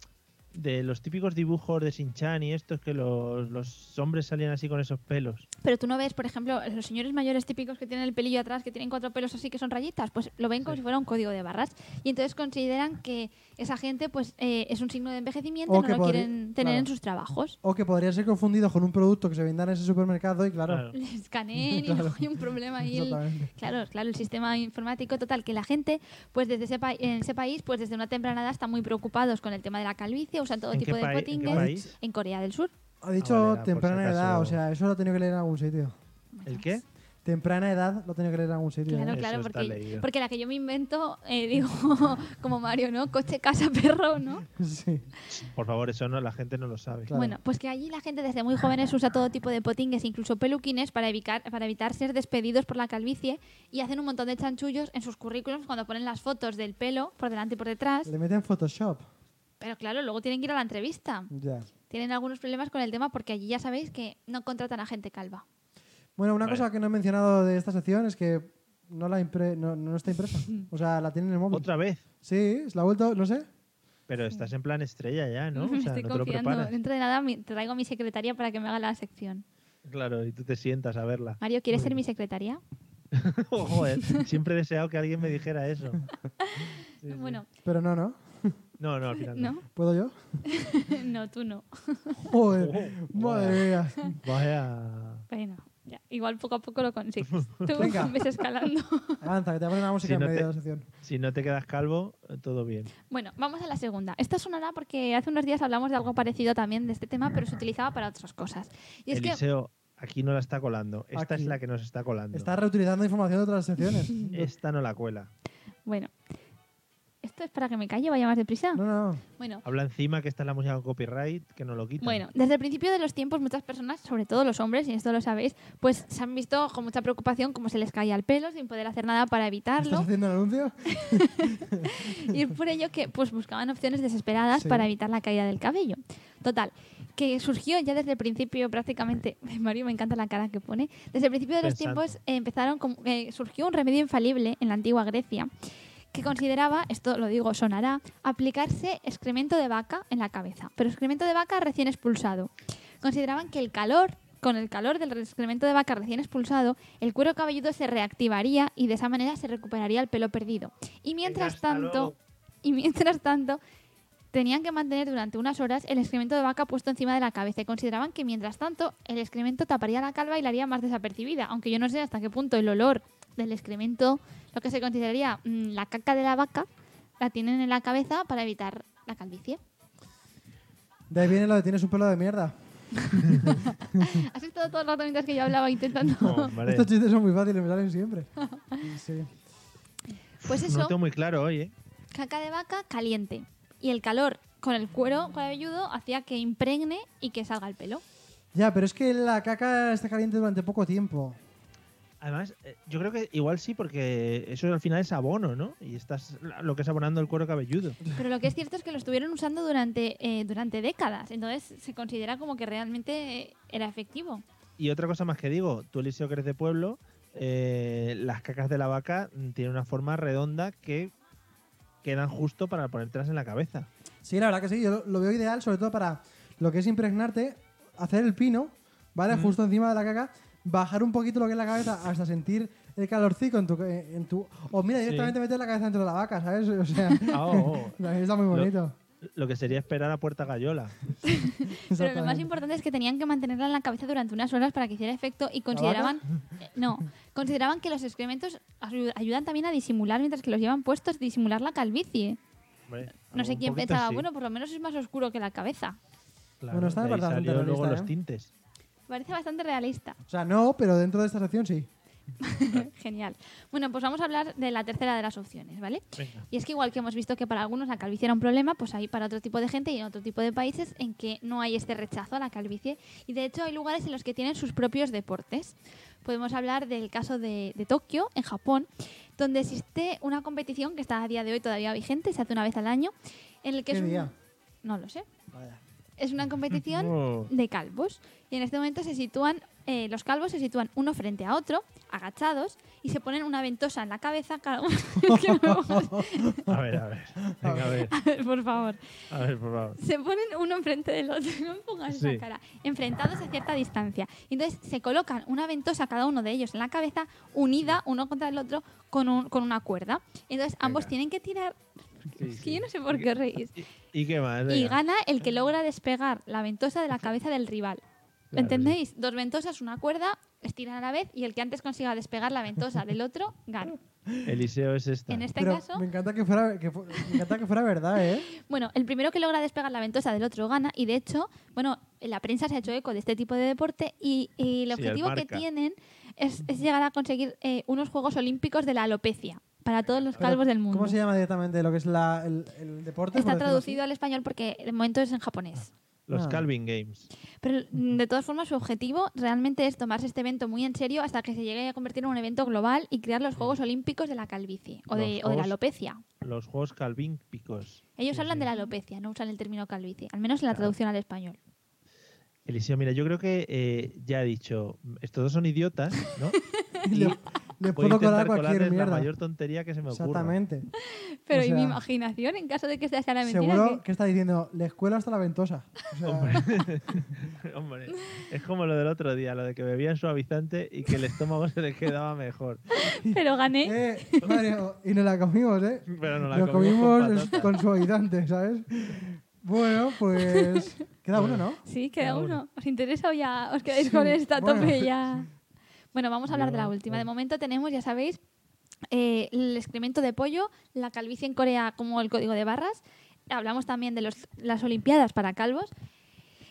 Speaker 3: de los típicos dibujos de Shin-Chan y estos que los, los hombres salían así con esos pelos.
Speaker 6: Pero tú no ves, por ejemplo, los señores mayores típicos que tienen el pelillo atrás, que tienen cuatro pelos así que son rayitas, pues lo ven como si fuera un código de barras. Y entonces consideran que esa gente pues eh, es un signo de envejecimiento,
Speaker 5: O
Speaker 6: no
Speaker 5: que
Speaker 6: lo
Speaker 5: podri-
Speaker 6: quieren tener
Speaker 5: claro.
Speaker 6: en sus trabajos.
Speaker 5: O que podría ser confundido con un producto que se venda en ese supermercado y claro.
Speaker 3: Claro.
Speaker 6: Les escaneen y no hay un problema ahí. el-
Speaker 5: Exactamente.
Speaker 6: Claro, claro, el sistema informático total, que la gente, pues desde ese pa- en ese país, pues desde una temprana edad están muy preocupados con el tema de la calvicie, usan todo
Speaker 3: ¿En
Speaker 6: tipo
Speaker 3: qué
Speaker 6: de
Speaker 3: paí- en qué
Speaker 6: potingues
Speaker 3: país?
Speaker 6: en Corea del Sur.
Speaker 5: Ha dicho
Speaker 3: Ah, vale, era por si
Speaker 5: temprana edad,
Speaker 3: acaso.
Speaker 5: o sea, eso lo he tenido que leer en algún sitio.
Speaker 3: ¿El qué?
Speaker 5: Temprana edad lo he tenido que leer en algún sitio.
Speaker 6: Claro,
Speaker 5: ¿eh?
Speaker 3: Eso
Speaker 6: claro,
Speaker 3: está
Speaker 6: porque,
Speaker 3: leído.
Speaker 6: porque la que yo me invento, eh, digo, como Mario, ¿no? Coche, casa, perro, ¿no?
Speaker 5: Sí.
Speaker 3: Por favor, eso no, la gente no lo sabe.
Speaker 5: Claro.
Speaker 6: Bueno, pues que allí la gente desde muy jóvenes usa todo tipo de potingues, incluso peluquines, para evitar, para evitar ser despedidos por la calvicie y hacen un montón de chanchullos en sus currículums cuando ponen las fotos del pelo por delante y por detrás.
Speaker 5: Le meten Photoshop.
Speaker 6: Pero claro, luego tienen que ir a la entrevista.
Speaker 5: Ya.
Speaker 6: tienen algunos problemas con el tema porque allí ya sabéis que no contratan a gente calva.
Speaker 5: Bueno, una
Speaker 3: Vale.
Speaker 5: cosa que no he mencionado de esta sección es que no la impre- no, no está impresa. O sea, la tiene en el móvil.
Speaker 3: Otra vez,
Speaker 5: Sí, se la ha vuelto, no sé.
Speaker 3: pero estás en plan estrella ya, ¿no? O sea,
Speaker 6: Estoy
Speaker 3: no te lo
Speaker 6: confiando.
Speaker 3: preparas.
Speaker 6: Dentro de nada mi- traigo a mi secretaria para que me haga la sección.
Speaker 3: Claro, y tú te sientas a verla.
Speaker 6: Mario, ¿quieres ser mi secretaria?
Speaker 3: Joder, siempre he deseado que alguien me dijera eso. Sí, sí.
Speaker 6: Bueno,
Speaker 5: Pero no, no.
Speaker 3: No, no, al final no.
Speaker 6: no,
Speaker 5: ¿Puedo yo?
Speaker 6: no, tú no.
Speaker 5: Joder,
Speaker 3: Oh,
Speaker 5: madre mía.
Speaker 3: Vaya.
Speaker 6: Bueno, ya, igual poco a poco lo consigues. Tú
Speaker 5: Venga.
Speaker 6: ves escalando.
Speaker 5: Avanza, que te voy a poner la música
Speaker 3: Si no
Speaker 5: en medio
Speaker 3: te-
Speaker 5: de la sección.
Speaker 3: Si no te quedas calvo, todo bien.
Speaker 6: Bueno, vamos a la segunda. Esta sonará porque hace unos días hablamos de algo parecido también de este tema, pero se utilizaba para otras cosas. Y es que
Speaker 3: Eliseo, aquí no la está colando. Esta
Speaker 5: Aquí.
Speaker 3: es la que nos está colando.
Speaker 5: Está reutilizando información de otras secciones.
Speaker 3: Esta no la cuela.
Speaker 6: bueno, esto es para que me calle, vaya más deprisa.
Speaker 5: No, no.
Speaker 6: Bueno,
Speaker 3: Habla encima que esta es la música con copyright, que no lo quita.
Speaker 6: Bueno, desde el principio de los tiempos muchas personas, sobre todo los hombres, y esto lo sabéis, pues se han visto con mucha preocupación cómo se les caía el pelo sin poder hacer nada
Speaker 5: ¿Estás
Speaker 6: para evitarlo.
Speaker 5: haciendo el anuncio?
Speaker 6: Y es por ello que pues, buscaban opciones desesperadas
Speaker 5: Sí.
Speaker 6: para evitar la caída del cabello. Total, que surgió ya desde el principio prácticamente, Mario me encanta la cara que pone, desde el principio de los
Speaker 3: Pensando.
Speaker 6: tiempos eh, empezaron con- eh, surgió un remedio infalible en la antigua Grecia que consideraba, esto lo digo, sonará, aplicarse excremento de vaca en la cabeza, pero excremento de vaca recién expulsado. Consideraban que el calor, con el calor del excremento de vaca recién expulsado, el cuero cabelludo se reactivaría y de esa manera se recuperaría el pelo perdido. Y mientras
Speaker 3: hasta
Speaker 6: tanto,
Speaker 3: luego.
Speaker 6: y mientras tanto, tenían que mantener durante unas horas el excremento de vaca puesto encima de la cabeza y consideraban que mientras tanto el excremento taparía la calva y la haría más desapercibida, aunque yo no sé hasta qué punto el olor del excremento, lo que se consideraría mm, la caca de la vaca, la tienen en la cabeza para evitar la calvicie.
Speaker 5: De ahí viene lo de tienes un pelo de mierda.
Speaker 6: Has estado todo el rato mientras que yo hablaba intentando...
Speaker 3: Hombre,
Speaker 5: Estos chistes son muy fáciles, me salen siempre. Sí.
Speaker 6: Pues
Speaker 3: No
Speaker 6: eso,
Speaker 3: lo tengo muy claro hoy, ¿eh?
Speaker 6: caca de vaca caliente. Y el calor con el cuero cabelludo hacía que impregne y que salga el pelo.
Speaker 5: Ya, pero es que la caca está caliente durante poco tiempo.
Speaker 3: Además, eh, yo creo que igual sí, porque eso al final es abono, ¿no? Y estás lo que es abonando el cuero cabelludo.
Speaker 6: Pero lo que es cierto es que lo estuvieron usando durante, eh, durante décadas, entonces se considera como que realmente eh, era efectivo.
Speaker 3: Y otra cosa más que digo, tú, Eliseo, que eres de pueblo, eh, las cacas de la vaca mm, tienen una forma redonda que quedan justo para ponértelas en la cabeza.
Speaker 5: Sí, la verdad que sí, yo lo- lo veo ideal, sobre todo para lo que es impregnarte, hacer el pino, ¿vale?
Speaker 3: Mm.
Speaker 5: Justo encima de la caca, bajar un poquito lo que es la cabeza hasta sentir el calorcico en tu. eh, En tu o mira, directamente meter la cabeza dentro de la vaca, ¿sabes? O sea,
Speaker 3: Ah, oh, oh.
Speaker 5: también está muy
Speaker 3: Lo-
Speaker 5: bonito.
Speaker 3: Lo que sería esperar a puerta gallola.
Speaker 6: Pero lo más
Speaker 5: Exactamente.
Speaker 6: importante es que tenían que mantenerla en la cabeza durante unas horas para que hiciera efecto y consideraban eh, no consideraban que los excrementos ayu- ayudan también a disimular mientras que los llevan puestos disimular la calvicie.
Speaker 3: Hombre,
Speaker 6: No sé
Speaker 3: un
Speaker 6: quién
Speaker 3: poquito
Speaker 6: pensaba,
Speaker 3: sí,
Speaker 6: bueno, por lo menos es más oscuro que la cabeza.
Speaker 3: claro,
Speaker 5: Bueno, está
Speaker 3: de ahí
Speaker 5: bastante
Speaker 3: salió luego
Speaker 5: realista,
Speaker 3: los
Speaker 5: ¿eh?
Speaker 3: tintes.
Speaker 6: Parece bastante realista.
Speaker 5: O sea, no, pero dentro de esta sección sí.
Speaker 6: Genial. Bueno, pues vamos a hablar de la tercera de las opciones, ¿vale?
Speaker 3: Venga.
Speaker 6: Y es que igual que hemos visto que para algunos la calvicie era un problema, pues hay para otro tipo de gente y en otro tipo de países en que no hay este rechazo a la calvicie. Y de hecho hay lugares en los que tienen sus propios deportes. Podemos hablar del caso de, de Tokio, en Japón, donde existe una competición que está a día de hoy todavía vigente, se hace una vez al año, en el que
Speaker 5: ¿Qué
Speaker 6: es un-
Speaker 5: día?
Speaker 6: no lo sé. Es una competición
Speaker 3: Oh.
Speaker 6: de calvos. Y en este momento se sitúan, eh, los calvos se sitúan uno frente a otro, agachados, y se ponen una ventosa en la cabeza cada uno. Es que no me jodas.
Speaker 3: A ver, a ver. Venga, a ver.
Speaker 6: Por favor.
Speaker 3: A ver, por favor.
Speaker 6: Se ponen uno enfrente del otro, no me pongas esa
Speaker 3: Sí.
Speaker 6: cara. Enfrentados a cierta distancia. Y Entonces se colocan una ventosa cada uno de ellos en la cabeza, unida uno contra el otro con, un- con una cuerda. Entonces ambos
Speaker 3: Venga.
Speaker 6: tienen que tirar.
Speaker 3: Sí,
Speaker 6: es que
Speaker 3: sí.
Speaker 6: yo no sé por qué os reís.
Speaker 3: ¿Y, y qué más?
Speaker 6: Y
Speaker 3: Venga.
Speaker 6: gana el que logra despegar la ventosa de la cabeza del rival. ¿Lo
Speaker 3: Claro,
Speaker 6: entendéis? Dos ventosas, una cuerda, estiran a la vez y el que antes consiga despegar la ventosa del otro gana.
Speaker 3: Eliseo es esta.
Speaker 6: En este
Speaker 5: Pero
Speaker 6: caso,
Speaker 5: me encanta que fuera, que fu- me encanta que fuera verdad, ¿eh?
Speaker 6: bueno, el primero que logra despegar la ventosa del otro gana y de hecho, bueno, la prensa se ha hecho eco de este tipo de deporte y, y el
Speaker 3: Sí, el
Speaker 6: objetivo que
Speaker 3: marca.
Speaker 6: tienen es, es llegar a conseguir eh, unos Juegos Olímpicos de la alopecia para todos los calvos del mundo.
Speaker 5: ¿Cómo se llama directamente lo que es la, el, el deporte?
Speaker 6: Está
Speaker 5: por decirlo así?
Speaker 6: traducido al español porque de momento es en japonés.
Speaker 3: Los
Speaker 5: Ah.
Speaker 3: Calvin Games.
Speaker 6: Pero mm, de todas formas, su objetivo realmente es tomarse este evento muy en serio hasta que se llegue a convertir en un evento global y crear los Juegos Olímpicos de la calvicie o,
Speaker 3: Los
Speaker 6: de, o de la
Speaker 3: Juegos-
Speaker 6: alopecia.
Speaker 3: Los juegos calvímpicos.
Speaker 6: Ellos
Speaker 3: Sí,
Speaker 6: hablan
Speaker 3: sí.
Speaker 6: de la alopecia, no usan el término calvicie, al menos en la traducción al español.
Speaker 3: Eliseo, mira, yo creo que eh, ya he dicho, estos dos son idiotas, ¿no?
Speaker 5: Le,
Speaker 3: Voy
Speaker 5: le
Speaker 3: a
Speaker 5: puedo colar
Speaker 3: intentar
Speaker 5: cualquier
Speaker 3: colarles la
Speaker 5: mierda.
Speaker 3: mayor tontería que se me ocurra.
Speaker 5: Exactamente.
Speaker 6: Pero
Speaker 5: O
Speaker 6: y mi
Speaker 5: sea,
Speaker 6: imaginación, en caso de que esta sea la Ah, mentira,
Speaker 5: Seguro
Speaker 6: que-
Speaker 5: que está diciendo, le escuelo hasta la ventosa. O sea,
Speaker 6: Ah.
Speaker 3: Hombre, es como lo del otro día, lo de que bebían suavizante y que el estómago se les quedaba mejor.
Speaker 6: pero gané.
Speaker 5: eh, Mario, y nos la comimos, ¿eh?
Speaker 3: Pero no la
Speaker 5: Lo
Speaker 3: comimos
Speaker 5: comimos
Speaker 3: con
Speaker 5: es-
Speaker 3: patata.
Speaker 5: con suavizante, ¿sabes? Bueno, pues. Queda uno, ¿no?
Speaker 6: Sí, queda
Speaker 3: Cada
Speaker 6: uno. ¿Os interesa o ya os quedáis
Speaker 5: Sí,
Speaker 6: con esta
Speaker 5: bueno. eh.
Speaker 6: tope ya? Bueno, vamos a hablar de la
Speaker 3: Yo-
Speaker 6: última. De momento tenemos, ya sabéis, eh, el excremento de pollo, la calvicie en Corea como el código de barras. Hablamos también de los- las Olimpiadas para calvos.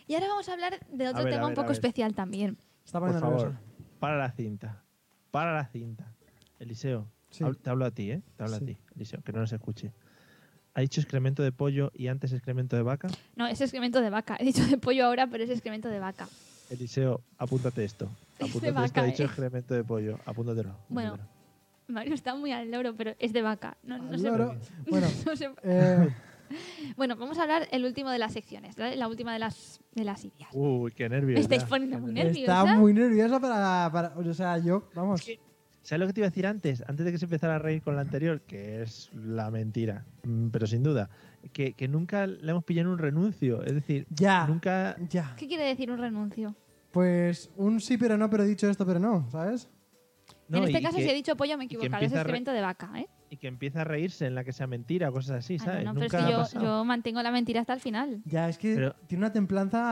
Speaker 6: Y ahora vamos a hablar de otro
Speaker 3: ver, a
Speaker 6: tema un
Speaker 3: ver, a
Speaker 6: poco
Speaker 3: ver.
Speaker 6: especial también.
Speaker 5: Está
Speaker 3: Por
Speaker 5: poniendo
Speaker 3: favor,
Speaker 5: nervioso.
Speaker 3: para la cinta. Para la cinta. Eliseo,
Speaker 5: Sí.
Speaker 3: hab- te hablo a ti, ¿eh? Te hablo
Speaker 5: Sí.
Speaker 3: a ti, Eliseo, que no nos escuche. ¿Ha dicho excremento de pollo y antes excremento de vaca?
Speaker 6: No, es excremento de vaca. He dicho de pollo ahora, pero es excremento de vaca.
Speaker 3: Eliseo, apúntate esto.
Speaker 6: Es de
Speaker 3: Apúntate esto.
Speaker 6: vaca,
Speaker 3: Ha dicho
Speaker 6: ¿eh?
Speaker 3: excremento de pollo. Apúntatelo.
Speaker 6: Bueno,
Speaker 3: apúntatelo.
Speaker 6: Mario está muy al loro, pero es de vaca. No, no
Speaker 5: Al
Speaker 6: sé-
Speaker 5: loro. Bueno,
Speaker 6: no sé-
Speaker 5: eh,
Speaker 6: Bueno, vamos a hablar el último de las secciones, ¿vale? la última de las, de las ideas.
Speaker 3: Uy, qué nervios.
Speaker 6: Me estáis
Speaker 3: ya.
Speaker 6: poniendo muy nerviosa.
Speaker 5: está muy nerviosa para, para- O sea, yo, vamos.
Speaker 3: ¿Sabes lo que te iba a decir antes? Antes de que se empezara a reír con la anterior, que es la mentira, mm, pero sin duda, que, que nunca le hemos pillado en un renuncio. Es decir,
Speaker 6: Ah.
Speaker 5: Ya.
Speaker 3: nunca.
Speaker 5: Ya.
Speaker 6: ¿Qué quiere decir un renuncio?
Speaker 5: Pues un sí, pero no, pero he dicho esto, pero no, ¿sabes?
Speaker 3: no,
Speaker 6: en este
Speaker 3: y
Speaker 6: caso,
Speaker 3: que,
Speaker 6: si he dicho pollo, me he
Speaker 3: y que
Speaker 6: equivocado. Es
Speaker 3: empieza a re-
Speaker 6: excremento de vaca, ¿eh?
Speaker 3: y que empieza a reírse en la que sea mentira o cosas así,
Speaker 6: Ah,
Speaker 3: ¿sabes?
Speaker 6: no, no,
Speaker 3: nunca
Speaker 6: pero
Speaker 3: ha
Speaker 6: es que yo,
Speaker 3: pasado.
Speaker 6: yo mantengo la mentira hasta el final.
Speaker 5: Ya, es que
Speaker 3: Pero-
Speaker 5: tiene una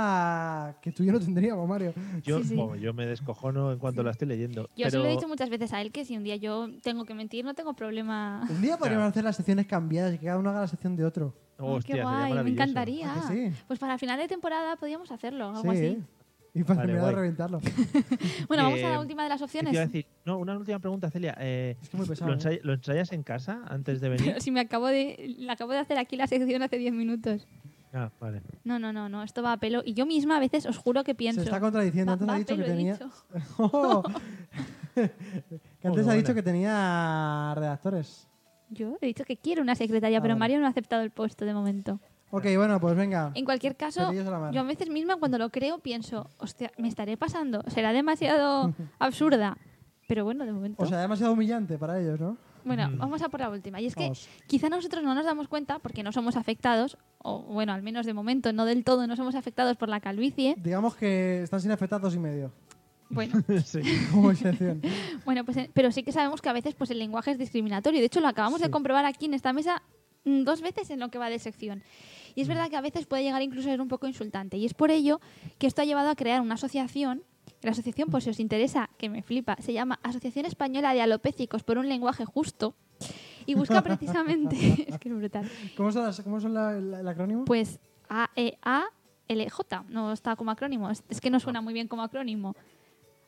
Speaker 5: templanza que tú y yo no tendríamos, Mario.
Speaker 3: Yo,
Speaker 6: sí, sí.
Speaker 3: bueno, yo me descojono en cuanto la estoy leyendo.
Speaker 6: Yo
Speaker 3: pero
Speaker 6: se lo he dicho muchas veces a él que si un día yo tengo que mentir, no tengo problema.
Speaker 5: Un día podríamos hacer las secciones cambiadas y que cada uno haga la sección de otro.
Speaker 6: Ay,
Speaker 3: Hostia,
Speaker 6: "Oh, ¡Qué
Speaker 3: sería
Speaker 6: guay! Me
Speaker 3: maravilloso. Ah,
Speaker 6: encantaría.
Speaker 5: ¿A que sí?
Speaker 6: Pues para final de temporada podríamos hacerlo, algo
Speaker 5: sí, ¿eh?
Speaker 6: así.
Speaker 5: Y para
Speaker 3: Vale,
Speaker 5: terminar de
Speaker 3: guay.
Speaker 5: reventarlo.
Speaker 6: Bueno,
Speaker 3: Eh,
Speaker 6: vamos a la última de las
Speaker 3: ¿Qué te iba a
Speaker 6: opciones.
Speaker 3: decir? No, una última pregunta, Celia. Eh,
Speaker 5: Es que muy pesado.
Speaker 3: ¿lo,
Speaker 5: ¿eh?
Speaker 3: ensay- lo ensayas en casa antes de venir?
Speaker 6: Pero si me acabo de, la acabo de hacer aquí la sección hace 10 minutos.
Speaker 3: ah, vale.
Speaker 6: No, no, no, no, esto va a pelo. Y yo misma a veces os juro que
Speaker 5: Se
Speaker 6: pienso.
Speaker 5: está contradiciendo. Antes ha
Speaker 6: Va- va a
Speaker 5: dicho que
Speaker 6: pelo, he
Speaker 5: tenía. Oh.
Speaker 6: dicho.
Speaker 5: que antes
Speaker 3: Muy
Speaker 5: ha dicho
Speaker 3: buena.
Speaker 5: que tenía redactores.
Speaker 6: Yo he dicho que quiero una secretaria,
Speaker 5: Ah,
Speaker 6: pero
Speaker 5: vale.
Speaker 6: Mario no ha aceptado el puesto de momento.
Speaker 5: Ok, bueno, pues venga.
Speaker 6: En cualquier caso,
Speaker 5: Pelillos a la mar.
Speaker 6: yo a veces misma cuando lo creo pienso, hostia, me estaré pasando, será demasiado absurda. Pero bueno, de momento.
Speaker 5: O sea, demasiado humillante para ellos, ¿no?
Speaker 6: Bueno, vamos a por la última. Y es que
Speaker 5: Vamos.
Speaker 6: quizá nosotros no nos damos cuenta porque no somos afectados, o bueno, al menos de momento, no del todo, no somos afectados por la calvicie.
Speaker 5: Digamos que están sin afectar dos y medio.
Speaker 6: Bueno,
Speaker 3: Sí.
Speaker 5: Como excepción.
Speaker 6: bueno pues, eh, pero sí que sabemos que a veces pues, el lenguaje es discriminatorio. De hecho, lo acabamos de comprobar aquí en esta mesa mm, dos veces en lo que va de sección. Y es verdad que a veces puede llegar incluso a ser un poco insultante. Y es por ello que esto ha llevado a crear una asociación. La asociación, por si os interesa, que me flipa, se llama Asociación Española de Alopécicos por un lenguaje justo. Y busca precisamente. es que es brutal.
Speaker 5: ¿Cómo son, las- cómo son la- la- el acrónimo?
Speaker 6: Pues A-E-A-L-J. No está como acrónimo. Es es que no suena muy bien como acrónimo.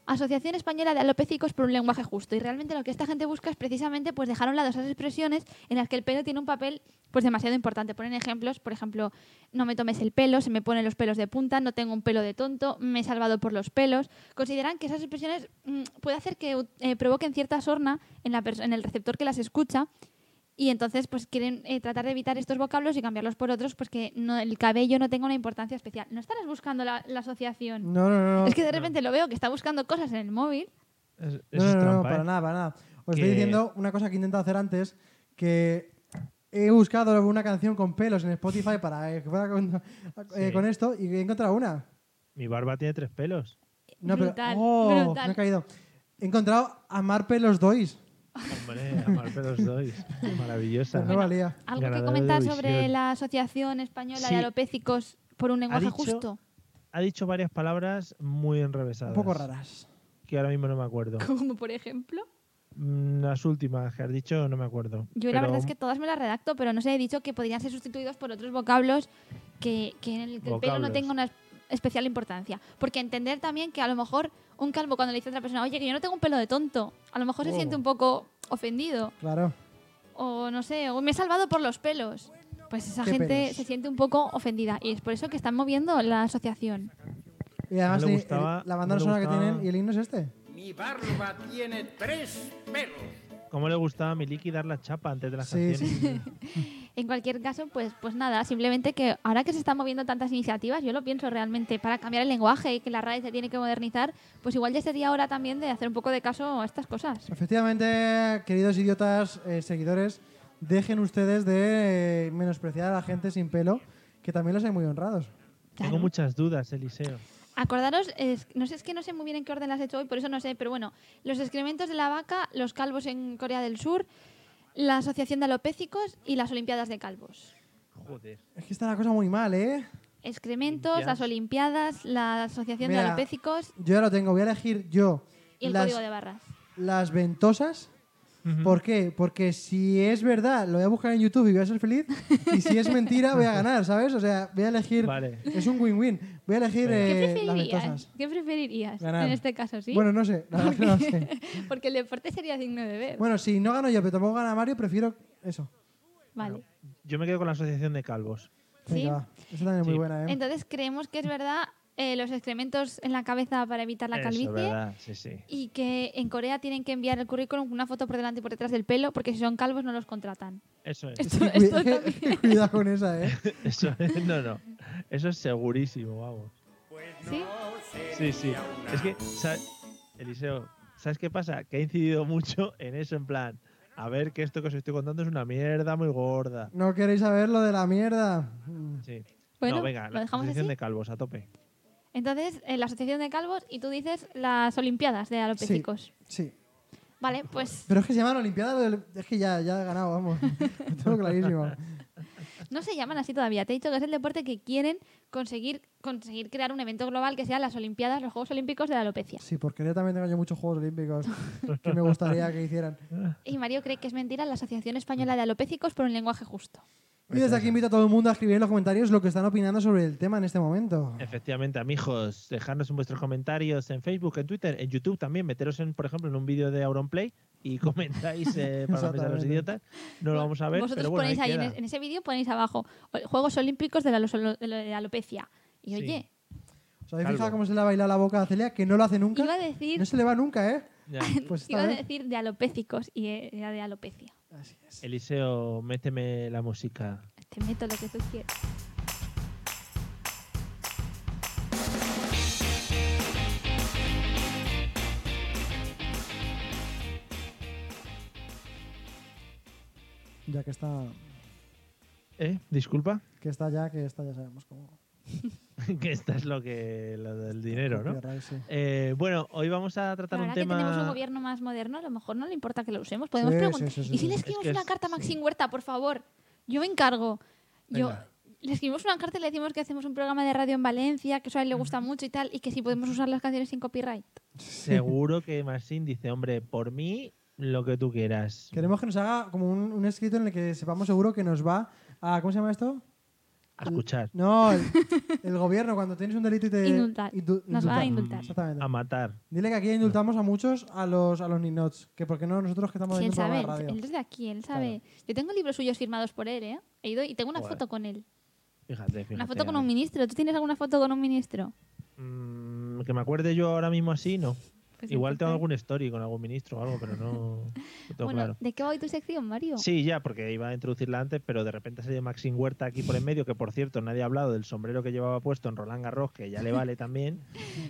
Speaker 6: Asociación Española de Alopécicos por un lenguaje justo. Y realmente lo que esta gente busca es precisamente pues dejar a un lado esas expresiones en las que el pelo tiene un papel pues demasiado importante. Ponen ejemplos, por ejemplo, no me tomes el pelo, se me ponen los pelos de punta, no tengo un pelo de tonto, me he salvado por los pelos. Consideran que esas expresiones mm, puede hacer que u- eh, provoquen cierta sorna en, la pers- en el receptor que las escucha y entonces pues quieren eh, tratar de evitar estos vocablos y cambiarlos por otros pues que no, el cabello no tenga una importancia especial. ¿No estarás buscando la, la asociación?
Speaker 5: No, no, no. no.
Speaker 6: es que de repente lo veo que está buscando cosas en el móvil.
Speaker 3: Es- eso es
Speaker 5: No, no, no,
Speaker 3: trampa,
Speaker 5: para
Speaker 3: ¿eh?
Speaker 5: nada, para nada. Os
Speaker 3: Que-
Speaker 5: estoy diciendo una cosa que he intentado hacer antes, que he buscado una canción con pelos en Spotify para eh, que fuera con, eh,
Speaker 3: Sí.
Speaker 5: con esto y he encontrado una.
Speaker 3: Mi barba tiene tres pelos.
Speaker 5: No,
Speaker 6: Brutal,
Speaker 5: pero, oh,
Speaker 6: brutal.
Speaker 5: me he caído. He encontrado Amar pelos dois.
Speaker 3: Hombre, amar pelos dois. Maravillosa.
Speaker 5: Pues no valía.
Speaker 6: ¿Algo
Speaker 3: Ganadora
Speaker 6: que
Speaker 3: de
Speaker 6: comentar
Speaker 3: Eurovisión.
Speaker 6: sobre la Asociación Española
Speaker 3: Sí.
Speaker 6: de Alopécicos por un lenguaje
Speaker 3: dicho-
Speaker 6: justo?
Speaker 3: Ha dicho varias palabras muy enrevesadas.
Speaker 5: Un poco raras.
Speaker 3: Que ahora mismo no me acuerdo.
Speaker 6: Como por ejemplo.
Speaker 3: Mm, Las últimas que has dicho no me acuerdo.
Speaker 6: Yo la
Speaker 3: Pero
Speaker 6: verdad es que todas me las redacto, pero no sé, he dicho que podrían ser sustituidos por otros vocablos que, que en el que el pelo no
Speaker 3: Vocablos.
Speaker 6: tenga una es- especial importancia. Porque entender también que a lo mejor un calvo cuando le dice a otra persona, oye, que yo no tengo un pelo de tonto, a lo mejor se
Speaker 5: Oh.
Speaker 6: siente un poco ofendido.
Speaker 5: Claro.
Speaker 6: O no sé, o me he salvado por los pelos. Pues esa
Speaker 5: Qué
Speaker 6: gente
Speaker 5: pelos.
Speaker 6: se siente un poco ofendida. Y es por eso que están moviendo la asociación.
Speaker 5: Y además
Speaker 3: No le
Speaker 5: sí,
Speaker 3: gustaba-
Speaker 5: el- la banda
Speaker 3: no le
Speaker 5: sonora que
Speaker 3: gustaba-
Speaker 5: tienen y el himno es este.
Speaker 8: Mi barba tiene tres pelos.
Speaker 3: ¿Cómo le gustaba a Miliki dar la chapa antes de las
Speaker 5: Sí,
Speaker 3: canciones?
Speaker 5: sí.
Speaker 6: En cualquier caso, pues, pues nada, simplemente que ahora que se están moviendo tantas iniciativas, yo lo pienso realmente, para cambiar el lenguaje y que la RAE se tiene que modernizar, pues igual ya sería hora también de hacer un poco de caso a estas cosas.
Speaker 5: Efectivamente, queridos idiotas eh, seguidores, dejen ustedes de eh, menospreciar a la gente sin pelo, que también los hay muy honrados.
Speaker 6: Claro.
Speaker 3: Tengo muchas dudas, Eliseo.
Speaker 6: Acordaros, es- no sé, es que no sé muy bien en qué orden las he hecho hoy, por eso no sé, pero bueno, los excrementos de la vaca, los calvos en Corea del Sur, la Asociación de Alopécicos y las Olimpiadas de Calvos.
Speaker 3: Joder.
Speaker 5: Es que está la cosa muy mal, ¿eh?
Speaker 6: Excrementos,
Speaker 3: Limpias.
Speaker 6: las Olimpiadas, la Asociación de
Speaker 5: Mira,
Speaker 6: Alopécicos
Speaker 5: Yo ya lo tengo, voy a elegir yo
Speaker 6: y el
Speaker 5: las,
Speaker 6: Código de Barras.
Speaker 5: las ventosas. ¿Por qué? Porque si es verdad, lo voy a buscar en YouTube y voy a ser feliz. Y si es mentira, voy a ganar, ¿sabes? O sea, voy a elegir.
Speaker 3: Vale.
Speaker 5: Es un win-win. Voy a elegir
Speaker 6: ¿Qué
Speaker 5: eh, las
Speaker 6: preferirías?
Speaker 5: ventosas.
Speaker 6: ¿Qué preferirías
Speaker 5: Ganar.
Speaker 6: en este caso, sí?
Speaker 5: Bueno, no sé, la verdad que no sé.
Speaker 6: Porque el deporte sería digno de ver.
Speaker 5: Bueno, si no gano yo, pero tampoco gana Mario, prefiero eso.
Speaker 6: vale.
Speaker 3: Yo me quedo con la asociación de calvos.
Speaker 6: Sí.
Speaker 5: Venga, va. Esa también es muy
Speaker 3: Sí.
Speaker 5: buena, ¿eh?
Speaker 6: Entonces creemos que es verdad eh, los excrementos en la cabeza para evitar la
Speaker 3: Eso,
Speaker 6: calvicie.
Speaker 3: ¿verdad? Sí, sí.
Speaker 6: Y que en Corea tienen que enviar el currículum con una foto por delante y por detrás del pelo, porque si son calvos no los contratan.
Speaker 3: Eso es.
Speaker 6: Esto,
Speaker 5: Cui-
Speaker 6: esto también.
Speaker 5: Cuidado con esa, ¿eh?
Speaker 3: Eso es. No, no. Eso es segurísimo, vamos.
Speaker 6: ¿Sí?
Speaker 3: Sí, sí. Es que, sa- Eliseo, ¿sabes qué pasa? Que he incidido mucho en eso, en plan, a ver que esto que os estoy contando es una mierda muy gorda.
Speaker 5: No queréis saber lo de la mierda. Mm.
Speaker 3: Sí.
Speaker 6: Bueno,
Speaker 3: no, venga,
Speaker 6: ¿lo
Speaker 3: la
Speaker 6: dejamos
Speaker 3: asociación
Speaker 6: así?
Speaker 3: de calvos, a tope.
Speaker 6: Entonces, eh, la asociación de calvos y tú dices las Olimpiadas de alopecicos.
Speaker 5: Sí.
Speaker 6: Vale, pues
Speaker 5: Pero es que se llaman Olimpiadas. lo del- Es que ya, ya he ganado, vamos. Lo tengo clarísimo.
Speaker 6: no se llaman así todavía. Te he dicho que es el deporte que quieren conseguir, conseguir crear un evento global que sea las Olimpiadas, los Juegos Olímpicos de la alopecia.
Speaker 5: Sí, porque yo también tengo yo muchos Juegos Olímpicos que me gustaría que hicieran.
Speaker 6: Y Mario cree que es mentira la Asociación Española de Alopécicos por un lenguaje justo.
Speaker 5: Y desde aquí invito a todo el mundo a escribir en los comentarios lo que están opinando sobre el tema en este momento.
Speaker 3: Efectivamente, amigos, dejadnos en vuestros comentarios en Facebook, en Twitter, en YouTube también. Meteros, en, por ejemplo, en un vídeo de Auronplay y comentáis eh, para la mesa de los
Speaker 5: Exactamente.
Speaker 3: idiotas. No lo vamos a ver,
Speaker 6: Vosotros
Speaker 3: pero bueno,
Speaker 6: ponéis ahí,
Speaker 3: ahí
Speaker 6: en,
Speaker 3: queda.
Speaker 6: es- en ese vídeo ponéis abajo o- Juegos Olímpicos de la, los- de la- de la alopecia. Y
Speaker 3: Sí.
Speaker 6: oye,
Speaker 5: ¿Os habéis
Speaker 3: Calvo.
Speaker 5: fijado cómo se le ha bailado la boca a Celia? Que no lo hace nunca.
Speaker 6: iba a decir,
Speaker 5: No se le va nunca, ¿eh?
Speaker 3: Ya.
Speaker 5: Pues esta
Speaker 6: iba a
Speaker 5: vez-
Speaker 6: decir de alopécicos y eh, era de alopecia.
Speaker 5: Así es.
Speaker 3: Eliseo, méteme la música.
Speaker 6: Te meto lo Este que tú quieras.
Speaker 5: Ya que está,
Speaker 3: ¿Eh? Disculpa,
Speaker 5: que está ya, que está ya sabemos cómo.
Speaker 3: que esta es lo que lo del dinero, ¿no?
Speaker 5: copyright, sí.
Speaker 3: Eh, bueno, hoy vamos a tratar
Speaker 6: Ahora
Speaker 3: un
Speaker 6: que tenemos un
Speaker 3: tema.
Speaker 6: gobierno más moderno, a lo mejor no le importa que lo usemos. Podemos
Speaker 5: Sí,
Speaker 6: preguntar.
Speaker 5: sí, sí, sí,
Speaker 6: ¿Y si
Speaker 5: sí.
Speaker 6: le
Speaker 5: Es
Speaker 6: escribimos
Speaker 3: que es-
Speaker 6: una carta a
Speaker 3: sí.
Speaker 6: Maxim Huerta, por favor? Yo me encargo. Yo
Speaker 5: Venga.
Speaker 6: le escribimos una carta y le decimos que hacemos un programa de radio en Valencia, que eso a él le gusta mucho y tal, y que si podemos usar las canciones sin copyright.
Speaker 3: Seguro que Maxine dice, hombre, por mí lo que tú quieras.
Speaker 5: Queremos que nos haga como un, un escrito en el que sepamos seguro que nos va a. ¿Cómo se llama esto?
Speaker 3: A escuchar,
Speaker 5: No, el, el gobierno, cuando tienes un delito y te.
Speaker 6: Indultar.
Speaker 5: indu-
Speaker 6: Nos va a indultar.
Speaker 5: Exactamente.
Speaker 3: a matar.
Speaker 5: Dile que aquí indultamos a muchos a los, a los ninots, que porque no nosotros que estamos
Speaker 6: Si él
Speaker 5: haciendo un
Speaker 6: sabe,
Speaker 5: programa de
Speaker 6: él
Speaker 5: radio.
Speaker 6: es de aquí, él sabe. Yo tengo libros suyos firmados por él, ¿eh? He ido y tengo una
Speaker 3: Joder.
Speaker 6: foto con él.
Speaker 3: Fíjate, fíjate.
Speaker 6: Una foto con
Speaker 3: a
Speaker 6: un
Speaker 3: ver.
Speaker 6: ministro. ¿Tú tienes alguna foto con un ministro?
Speaker 3: Mm, que me acuerde yo ahora mismo así, no.
Speaker 6: Pues
Speaker 3: Igual tengo
Speaker 6: entonces-
Speaker 3: algún story con algún ministro o algo, pero no lo tengo
Speaker 6: Bueno,
Speaker 3: claro.
Speaker 6: ¿de qué va hoy tu sección, Mario?
Speaker 3: Sí, ya, porque iba a introducirla antes, pero de repente salió Maxim Huerta aquí por en medio, que por cierto nadie ha hablado del sombrero que llevaba puesto en Roland Garros, que ya le vale también.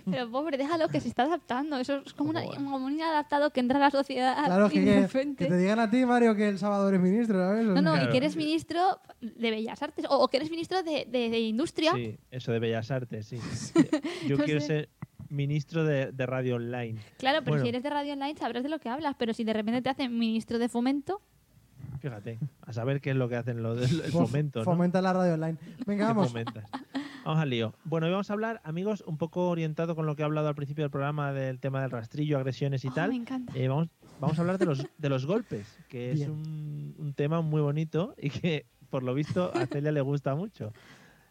Speaker 6: Pero pobre, déjalo que se está adaptando. Eso es como, una,
Speaker 3: Joder.
Speaker 6: como un adaptado que entra a la sociedad
Speaker 5: Claro,
Speaker 6: y
Speaker 5: que,
Speaker 6: de
Speaker 5: que-
Speaker 6: repente...
Speaker 5: que te digan a ti, Mario, que el sábado eres ministro, ¿sabes?
Speaker 6: No, no, y
Speaker 3: Claro.
Speaker 6: que eres ministro de Bellas Artes o, o que eres ministro de, de- de Industria.
Speaker 3: Sí, eso de Bellas Artes, sí. Yo
Speaker 6: No
Speaker 3: quiero
Speaker 6: sé.
Speaker 3: ser ministro de, de radio online.
Speaker 6: Claro, pero
Speaker 3: Bueno.
Speaker 6: si eres de Radio Online sabrás de lo que hablas, pero si de repente te hacen ministro de Fomento,
Speaker 3: Fíjate, a saber qué es lo que hacen los del el
Speaker 5: Fo-
Speaker 3: fomento, ¿no? Este
Speaker 5: Fomenta la radio online. Venga,
Speaker 3: Te
Speaker 5: vamos.
Speaker 3: fomentas. Vamos al lío. Bueno, hoy vamos a hablar, amigos, un poco orientado con lo que he hablado al principio del programa del tema del rastrillo, agresiones y
Speaker 6: Oh,
Speaker 3: tal.
Speaker 6: me encanta.
Speaker 3: Eh, vamos, vamos a hablar de los, de los golpes, que es
Speaker 5: Bien.
Speaker 3: un, un tema muy bonito y que, por lo visto, a Celia le gusta mucho.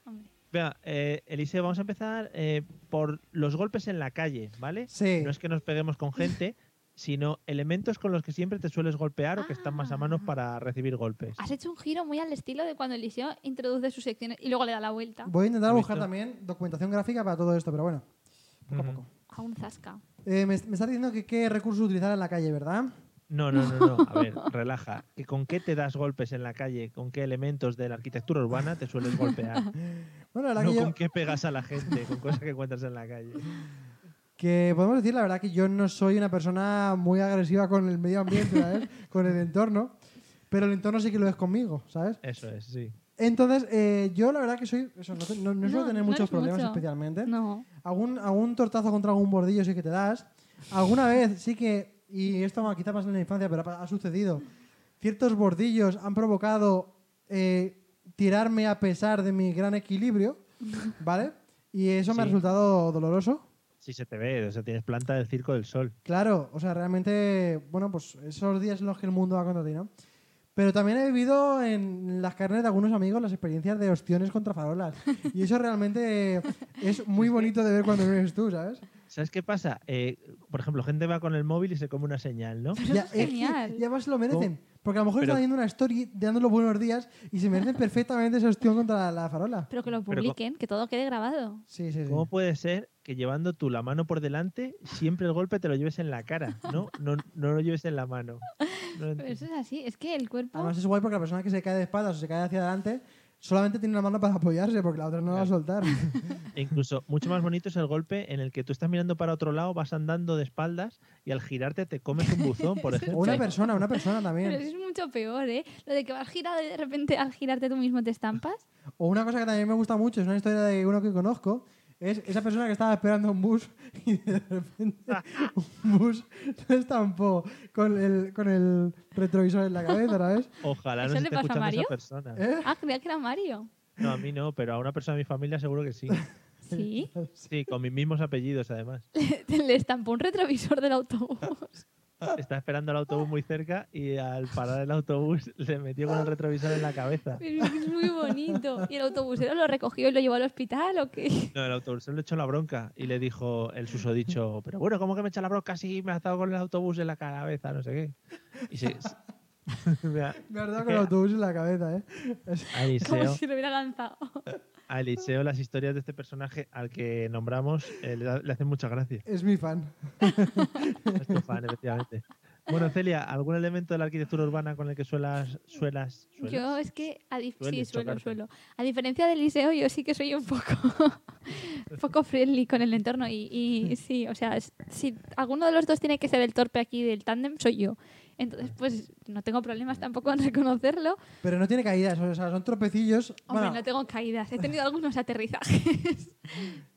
Speaker 6: Hombre.
Speaker 3: Vea, eh, Eliseo, vamos a empezar eh, por los golpes en la calle, ¿vale?
Speaker 5: Sí.
Speaker 3: No es que nos peguemos con gente, sino elementos con los que siempre te sueles golpear o que están más a mano
Speaker 6: Ah.
Speaker 3: para recibir golpes.
Speaker 6: has hecho un giro muy al estilo de cuando Eliseo introduce sus secciones y luego le da la vuelta
Speaker 5: Voy a intentar
Speaker 3: ¿Listo?
Speaker 5: buscar también documentación gráfica para todo esto, pero bueno, poco a
Speaker 3: Ujú.
Speaker 5: poco.
Speaker 6: a un zasca.
Speaker 5: Eh, me, me estás diciendo que qué recursos utilizar en la calle, ¿verdad?
Speaker 3: No, no, no, no. A ver, relaja. ¿Que ¿Con qué te das golpes en la calle? ¿Con qué elementos de la arquitectura urbana te sueles golpear?
Speaker 5: Bueno, la verdad
Speaker 3: No
Speaker 5: que yo-
Speaker 3: con qué pegas a la gente, con cosas que encuentras en la calle.
Speaker 5: Que podemos decir, la verdad, que yo no soy una persona muy agresiva con el medio ambiente, ¿sabes? con el entorno. Pero el entorno sí que lo es conmigo, ¿sabes?
Speaker 3: Eso es, sí.
Speaker 5: Entonces, eh, yo la verdad que soy. Eso, no, te- no- no suelo
Speaker 6: No,
Speaker 5: tener
Speaker 6: no
Speaker 5: muchos
Speaker 6: eres
Speaker 5: problemas
Speaker 6: mucho.
Speaker 5: especialmente.
Speaker 6: No.
Speaker 5: Algún, algún tortazo contra algún bordillo sí que te das. Alguna vez sí que. Y esto ma- quizá pasa en la infancia, pero ha ha sucedido. Ciertos bordillos han provocado eh, tirarme a pesar de mi gran equilibrio, ¿vale? Y eso me ha
Speaker 3: Sí.
Speaker 5: resultado doloroso.
Speaker 3: Sí se te ve, o sea, tienes planta del Circo del Sol.
Speaker 5: Claro, o sea, realmente, bueno, pues esos días en los que el mundo va contra ti, ¿no? Pero también he vivido en las carnes de algunos amigos las experiencias de ostiones contra farolas. Y eso realmente es muy bonito de ver cuando vienes tú, ¿sabes?
Speaker 3: ¿Sabes qué pasa? Eh, por ejemplo, gente va con el móvil y se come una señal, ¿no?
Speaker 6: Pero eso es
Speaker 5: es que
Speaker 6: genial.
Speaker 5: ya más lo merecen. Porque a lo mejor
Speaker 3: Oh, Pero-
Speaker 5: están haciendo una story dando los buenos días y se merecen perfectamente ese ostión contra la farola.
Speaker 6: Pero que lo
Speaker 3: Pero co-
Speaker 6: publiquen, que todo quede grabado.
Speaker 5: Sí, sí, sí.
Speaker 3: ¿Cómo puede ser que llevando tú la mano por delante, siempre el golpe te lo lleves en la cara, ¿no? No, no lo lleves en la mano. No lo
Speaker 6: Pero eso
Speaker 3: entiendo.
Speaker 6: es así, es que el cuerpo...
Speaker 5: Además es guay porque la persona que se cae de espaldas o se cae hacia adelante solamente tiene una mano para apoyarse porque la otra no la va a soltar.
Speaker 3: E incluso mucho más bonito es el golpe en el que tú estás mirando para otro lado, vas andando de espaldas y al girarte te comes un buzón, por
Speaker 5: O
Speaker 3: ejemplo.
Speaker 5: una persona, una persona también.
Speaker 6: Pero eso es mucho peor, ¿eh? Lo de que vas girado y de repente al girarte tú mismo te estampas.
Speaker 5: O una cosa que también me gusta mucho, es una historia de uno que conozco, es esa persona que estaba esperando un bus y de repente un bus se estampó con el, con el retrovisor en la cabeza, ¿sabes?
Speaker 3: Ojalá
Speaker 6: ¿Eso
Speaker 3: no se esté
Speaker 6: le pasa a
Speaker 3: escuchando
Speaker 6: Mario?
Speaker 3: esa persona.
Speaker 5: ¿Eh?
Speaker 6: Ah, creía que era Mario.
Speaker 3: No, a mí no, pero a una persona de mi familia seguro que sí.
Speaker 6: Sí.
Speaker 3: Sí, con mis mismos apellidos además.
Speaker 6: Le estampó un retrovisor del autobús.
Speaker 3: Está esperando el autobús muy cerca y al parar el autobús le metió con el retrovisor en la cabeza.
Speaker 6: Pero es que es muy bonito. ¿Y el autobusero lo recogió y lo llevó al hospital o qué?
Speaker 3: No, el autobús le echó la bronca y le dijo el susodicho, pero bueno, ¿cómo que me echa la bronca si me has dado con el autobús en la cabeza? No sé qué. Y se... Me ha-
Speaker 5: Me has dado con el autobús en la cabeza, ¿eh?
Speaker 3: a
Speaker 6: Como
Speaker 3: Eliseo,
Speaker 6: si lo hubiera lanzado.
Speaker 3: a Eliseo las historias de este personaje al que nombramos eh, le, da- le hacen mucha gracia.
Speaker 5: Es mi fan.
Speaker 3: Es tu fan, este efectivamente. Bueno, Celia, ¿algún elemento de la arquitectura urbana con el que suelas, suelas, suelas?
Speaker 6: Yo es que, a dif- sí,
Speaker 3: Sueles
Speaker 6: suelo,
Speaker 3: chocarte.
Speaker 6: suelo. A diferencia del liceo, yo sí que soy un poco, un poco friendly con el entorno. Y, y sí, o sea, es- si alguno de los dos tiene que ser el torpe aquí del tándem, soy yo. Entonces, pues no tengo problemas tampoco en reconocerlo.
Speaker 5: Pero no tiene caídas, o sea, son tropecillos.
Speaker 6: Hombre,
Speaker 5: Bueno,
Speaker 6: no tengo caídas. He tenido algunos aterrizajes.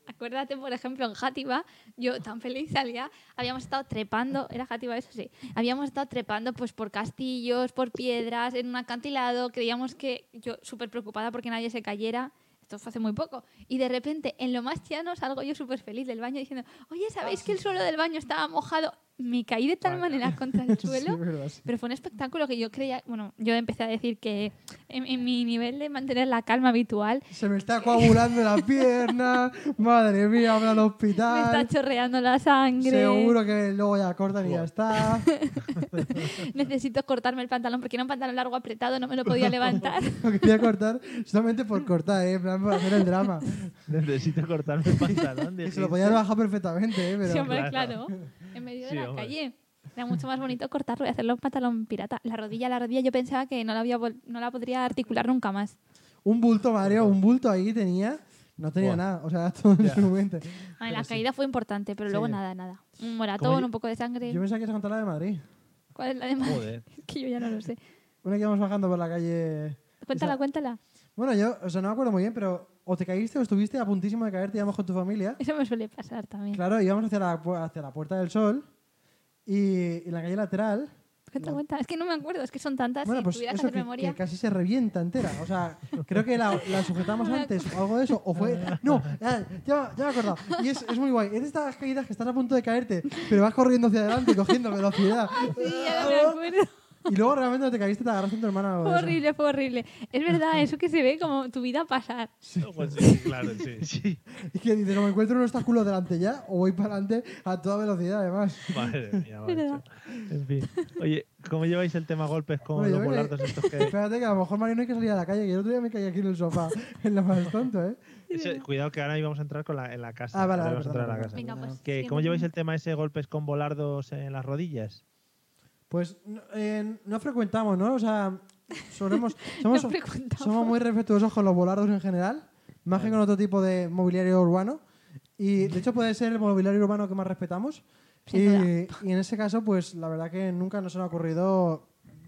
Speaker 6: Acuérdate, por ejemplo, en Játiva, yo tan feliz salía, habíamos estado trepando, era Játiva eso sí, habíamos estado trepando pues por castillos, por piedras, en un acantilado, creíamos que yo súper preocupada porque nadie se cayera, esto fue hace muy poco, y de repente en lo más llano salgo yo súper feliz del baño diciendo, oye, ¿sabéis que el suelo del baño estaba mojado? Me caí de tal manera contra el
Speaker 5: sí,
Speaker 6: suelo
Speaker 5: es verdad, sí.
Speaker 6: pero fue un espectáculo que yo creía, bueno, yo empecé a decir que en, en mi nivel de mantener la calma habitual
Speaker 5: Se me está coagulando la pierna. Madre mía, habrá al
Speaker 6: me está
Speaker 5: hospital.
Speaker 6: chorreando la sangre.
Speaker 5: Seguro que luego ya cortan y ya está.
Speaker 6: Necesito cortarme el pantalón porque era un pantalón largo apretado, no me lo podía levantar.
Speaker 5: Lo quería cortar solamente por cortar, ¿eh? En plan, por hacer el drama.
Speaker 3: Necesito cortarme el pantalón.
Speaker 5: Que se
Speaker 3: dijiste.
Speaker 5: lo podías bajar perfectamente, ¿eh?
Speaker 6: Sí,
Speaker 5: Pero
Speaker 6: hombre,
Speaker 3: claro.
Speaker 6: claro. En medio de
Speaker 3: Sí,
Speaker 6: la
Speaker 3: hombre.
Speaker 6: calle. Era mucho más bonito cortarlo y hacerlo un pantalón pirata. La rodilla, la rodilla, yo pensaba que no la, había vol- no la podría articular nunca más.
Speaker 5: un bulto, Mario, un bulto ahí tenía. No tenía
Speaker 3: Buah.
Speaker 5: nada, o sea, todo en
Speaker 3: Ya.
Speaker 5: su mente.
Speaker 6: A ver, Ah, la caída fue importante, pero luego
Speaker 5: Sí.
Speaker 6: nada, nada. Un
Speaker 5: Como
Speaker 6: moratón,
Speaker 5: yo-
Speaker 6: un poco de sangre.
Speaker 5: Yo pensaba que se contar la de Madrid.
Speaker 6: ¿Cuál es la de Madrid?
Speaker 3: Joder.
Speaker 6: Es que yo ya no lo sé.
Speaker 5: Una que íbamos bajando por la calle.
Speaker 6: Cuéntala,
Speaker 5: Esa-
Speaker 6: cuéntala.
Speaker 5: Bueno, yo, o sea, no me acuerdo muy bien, pero o te caíste o estuviste a puntísimo de caerte, íbamos con tu familia.
Speaker 6: Eso me suele pasar también.
Speaker 5: Claro, íbamos hacia la, pu- hacia la Puerta del Sol y, y la calle lateral.
Speaker 6: Cuenta, cuenta. Es que no me acuerdo, es que son tantas.
Speaker 5: bueno,
Speaker 6: si
Speaker 5: pues
Speaker 6: tuviera que
Speaker 5: eso
Speaker 6: hacer
Speaker 5: que,
Speaker 6: memoria.
Speaker 5: que casi se revienta entera. O sea, creo que la, la sujetamos antes o algo de eso. O fue. No, ya, ya, ya me he acordado. Y es, es muy guay. Es de estas caídas que estás a punto de caerte, pero vas corriendo hacia adelante, cogiendo velocidad.
Speaker 6: Ah, Sí, ya no me acuerdo.
Speaker 5: Y luego realmente no te caíste, te agarraste en tu hermana. o algo
Speaker 6: Fue
Speaker 5: de eso.
Speaker 6: horrible, fue horrible. Es verdad, eso que se ve como tu vida pasar.
Speaker 3: Pues sí, claro, sí. sí.
Speaker 5: Y que dices, o me encuentro un obstáculo delante ya, o voy para adelante a toda velocidad, además.
Speaker 3: Madre mía, macho.
Speaker 6: ¿Verdad?
Speaker 3: En fin. Oye, ¿cómo lleváis el tema golpes con
Speaker 5: Bueno, yo
Speaker 3: los
Speaker 5: creo que-
Speaker 3: volardos estos que.?
Speaker 5: Espérate, que a lo mejor Mario no hay que salir a la calle, que el otro día me caí aquí en el sofá, en lo más tonto, ¿eh?
Speaker 3: Ese- cuidado que ahora íbamos a entrar con la, en la casa.
Speaker 5: Ah, vale,
Speaker 3: Ahora
Speaker 5: vale,
Speaker 3: íbamos a
Speaker 5: perdón,
Speaker 3: entrar a la
Speaker 5: perdón.
Speaker 3: casa.
Speaker 6: Venga, pues.
Speaker 3: Que,
Speaker 6: siguiente
Speaker 3: ¿Cómo lleváis el
Speaker 6: pregunta.
Speaker 3: tema ese golpes con volardos en las rodillas?
Speaker 5: Pues no, eh, no frecuentamos, ¿no? O sea, solemos, somos,
Speaker 6: No frecuentamos.
Speaker 5: somos muy respetuosos con los volardos en general, más que con otro tipo de mobiliario urbano. Y de hecho puede ser el mobiliario urbano que más respetamos.
Speaker 6: Sin
Speaker 5: Y, y en ese caso, pues la verdad que nunca nos ha ocurrido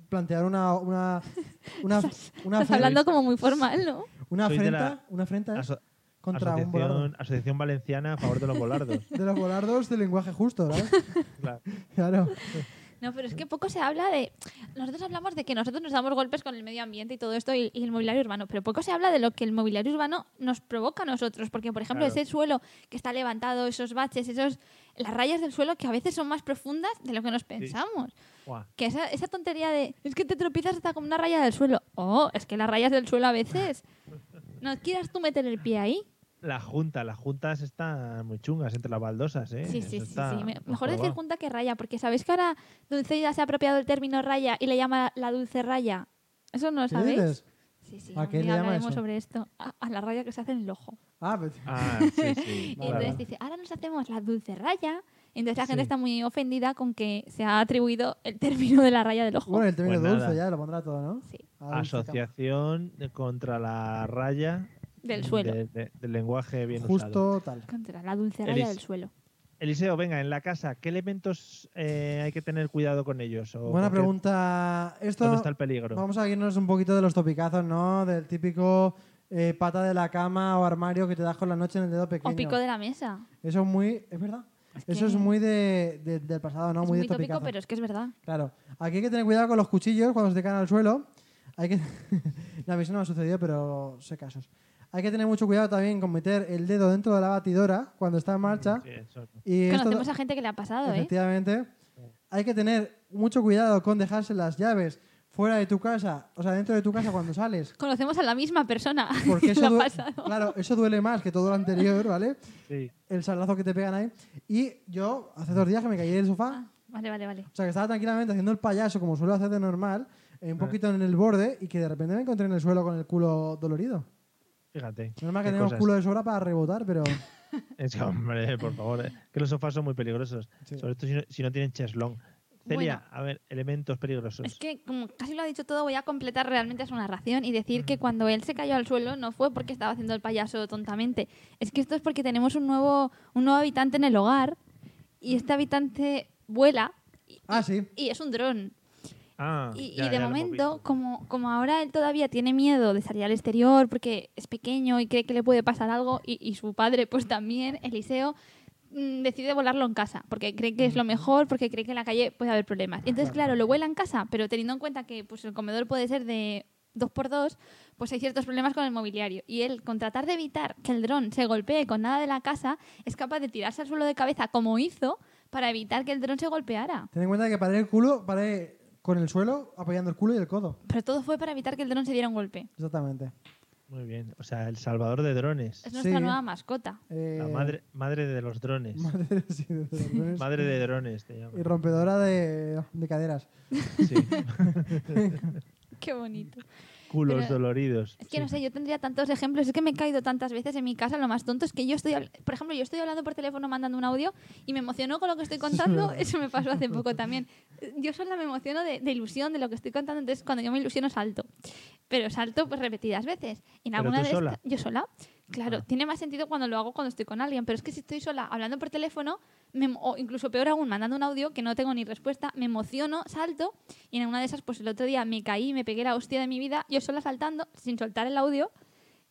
Speaker 5: plantear una... una, una, una
Speaker 6: Estás hablando como muy formal, ¿no?
Speaker 5: Una
Speaker 3: Sois de
Speaker 5: afrenta,
Speaker 3: la
Speaker 5: una afrenta ¿eh?
Speaker 3: Aso-
Speaker 5: contra un volardo.
Speaker 3: Asociación, Asociación Valenciana a favor de los volardos.
Speaker 5: De los volardos de lenguaje justo, ¿verdad?
Speaker 3: Claro.
Speaker 5: Claro.
Speaker 6: No, pero es que poco se habla de. Nosotros hablamos de que nosotros nos damos golpes con el medio ambiente y todo esto y, y el mobiliario urbano, pero poco se habla de lo que el mobiliario urbano nos provoca a nosotros. Porque, por ejemplo,
Speaker 3: Claro.
Speaker 6: ese suelo que está levantado, esos baches, esos las rayas del suelo que a veces son más profundas de lo que nos pensamos.
Speaker 3: Buah.
Speaker 6: Que esa, esa tontería de. Es que te tropiezas hasta con una raya del suelo. Oh, es que las rayas del suelo a veces. No quieras tú meter el pie ahí.
Speaker 3: La junta, las juntas están muy chungas entre las baldosas, ¿eh?
Speaker 6: Sí,
Speaker 3: Eso
Speaker 6: sí, sí,
Speaker 3: está
Speaker 6: sí. Me-
Speaker 3: muy
Speaker 6: Mejor decir
Speaker 3: jorobado.
Speaker 6: junta que raya, porque sabéis que ahora Dulceida se ha apropiado el término raya y le llama la dulce raya. ¿Eso no lo
Speaker 5: ¿Qué dices?
Speaker 6: sabéis? Sí, sí.
Speaker 5: ¿A qué le
Speaker 6: un día
Speaker 5: llama
Speaker 6: hablaremos
Speaker 5: eso?
Speaker 6: sobre esto. A, a la raya que se hace en el ojo.
Speaker 5: Ah, pero-
Speaker 3: Ah, sí, sí.
Speaker 6: Y
Speaker 3: claro.
Speaker 6: entonces dice, ahora nos hacemos la dulce raya. Entonces la
Speaker 5: Sí.
Speaker 6: gente está muy ofendida con que se ha atribuido el término de la raya del ojo.
Speaker 5: bueno, el término
Speaker 3: Pues
Speaker 5: dulce
Speaker 3: nada.
Speaker 5: ya lo pondrá todo, ¿no?
Speaker 6: Sí,
Speaker 5: Ah, dulce,
Speaker 3: Asociación contra la raya
Speaker 6: del suelo.
Speaker 3: de- de- del lenguaje bien
Speaker 5: cama.
Speaker 3: usado.
Speaker 5: Justo tal.
Speaker 6: Contra la dulce raya
Speaker 3: Elis.
Speaker 6: del suelo.
Speaker 3: Eliseo, venga, en la casa, ¿qué elementos eh, hay que tener cuidado con ellos? O
Speaker 5: Buena
Speaker 3: con qué-
Speaker 5: pregunta. Esto
Speaker 3: ¿Dónde está el peligro?
Speaker 5: Vamos a irnos un poquito de los topicazos, ¿no? Del típico eh, pata de la cama o armario que te das con la noche en el dedo pequeño.
Speaker 6: O pico de la mesa.
Speaker 5: Eso es muy... Es verdad. Eso
Speaker 6: que-
Speaker 5: es muy de, de- del pasado, ¿no?
Speaker 6: es
Speaker 5: muy
Speaker 6: muy
Speaker 5: de
Speaker 6: tópico,
Speaker 5: topicazo.
Speaker 6: pero es que es verdad.
Speaker 5: Claro. Aquí hay que tener cuidado con los cuchillos cuando se te caen al suelo. Hay que... no, a mí eso no me ha sucedido, pero sé casos. Hay que tener mucho cuidado también con meter el dedo dentro de la batidora cuando está en marcha.
Speaker 3: Sí, eso no.
Speaker 5: Y esto-
Speaker 6: Conocemos a gente que le ha pasado, ¿eh?
Speaker 5: Efectivamente. Hay que tener mucho cuidado con dejarse las llaves fuera de tu casa, o sea, dentro de tu casa cuando sales.
Speaker 6: Conocemos a la misma persona
Speaker 5: Porque
Speaker 6: que
Speaker 5: eso,
Speaker 6: le ha
Speaker 5: due-
Speaker 6: pasado.
Speaker 5: claro, eso duele más que todo lo anterior, ¿vale?
Speaker 3: Sí.
Speaker 5: El salazo que te pegan ahí. Y yo, hace dos días que me caí del sofá,
Speaker 6: Vale, vale, vale.
Speaker 5: o sea, que estaba tranquilamente haciendo el payaso como suelo hacer de normal, eh, un poquito en el borde y que de repente me encontré en el suelo con el culo dolorido.
Speaker 3: Fíjate.
Speaker 5: Normal que
Speaker 3: qué
Speaker 5: tenemos
Speaker 3: cosas.
Speaker 5: culo de sobra para rebotar, pero
Speaker 3: Es que, hombre, por favor, eh, que los sofás son muy peligrosos.
Speaker 5: Sí.
Speaker 3: Sobre todo si no, si no tienen cheslón. Celia,
Speaker 6: Bueno.
Speaker 3: a ver, elementos peligrosos.
Speaker 6: Es que, como casi lo ha dicho todo, voy a completar realmente su narración y decir
Speaker 5: Mm.
Speaker 6: que cuando él se cayó al suelo no fue porque estaba haciendo el payaso tontamente. Es que esto es porque tenemos un nuevo, un nuevo habitante en el hogar y este habitante vuela y,
Speaker 5: Ah, sí.
Speaker 6: y es un dron.
Speaker 3: Ah,
Speaker 6: Y, y
Speaker 3: ya,
Speaker 6: de
Speaker 3: ya lo hemos
Speaker 6: momento,
Speaker 3: visto.
Speaker 6: como, como ahora él todavía tiene miedo de salir al exterior porque es pequeño y cree que le puede pasar algo, y, y su padre pues también, Eliseo, mm, decide volarlo en casa porque cree que es lo mejor, porque cree que en la calle puede haber problemas. Y Entonces, claro, lo vuela en casa, pero teniendo en cuenta que pues, el comedor puede ser de dos por dos, pues hay ciertos problemas con el mobiliario. Y él, con tratar de evitar que el dron se golpee con nada de la casa, es capaz de tirarse al suelo de cabeza como hizo para evitar que el dron se golpeara.
Speaker 5: Ten en cuenta que paré el culo, paré con el suelo, apoyando el culo y el codo.
Speaker 6: Pero todo fue para evitar que el dron se diera un golpe.
Speaker 5: Exactamente.
Speaker 3: Muy bien. O sea, el salvador de drones.
Speaker 6: Es nuestra
Speaker 5: Sí.
Speaker 6: nueva mascota.
Speaker 5: Eh,
Speaker 3: La madre, madre de los drones.
Speaker 5: madre- sí, de los drones.
Speaker 3: Madre de drones, te
Speaker 5: y
Speaker 3: llaman.
Speaker 5: rompedora de, de caderas.
Speaker 3: Sí.
Speaker 6: Qué bonito.
Speaker 3: Culos
Speaker 6: Pero-
Speaker 3: doloridos.
Speaker 6: Es que no sé, yo tendría tantos ejemplos. Es que me he caído tantas veces en mi casa. Lo más tonto es que yo estoy, habl- por ejemplo, yo estoy hablando por teléfono, mandando un audio y me emociono con lo que estoy contando. Eso me pasó hace poco también. Yo sola me emociono de, de ilusión de lo que estoy contando. Entonces, cuando yo me ilusiono, salto. Pero salto pues repetidas veces. En
Speaker 3: ¿Pero
Speaker 6: alguna
Speaker 3: tú
Speaker 6: de esta-
Speaker 3: sola? Ah.
Speaker 6: yo sola. Claro, tiene más sentido cuando lo hago cuando estoy con alguien. Pero es que si estoy sola hablando por teléfono, me emo- o incluso peor aún, mandando un audio que no tengo ni respuesta, me emociono, salto y en una de esas, pues el otro día me caí, me pegué la hostia de mi vida, yo sola saltando, sin soltar el audio,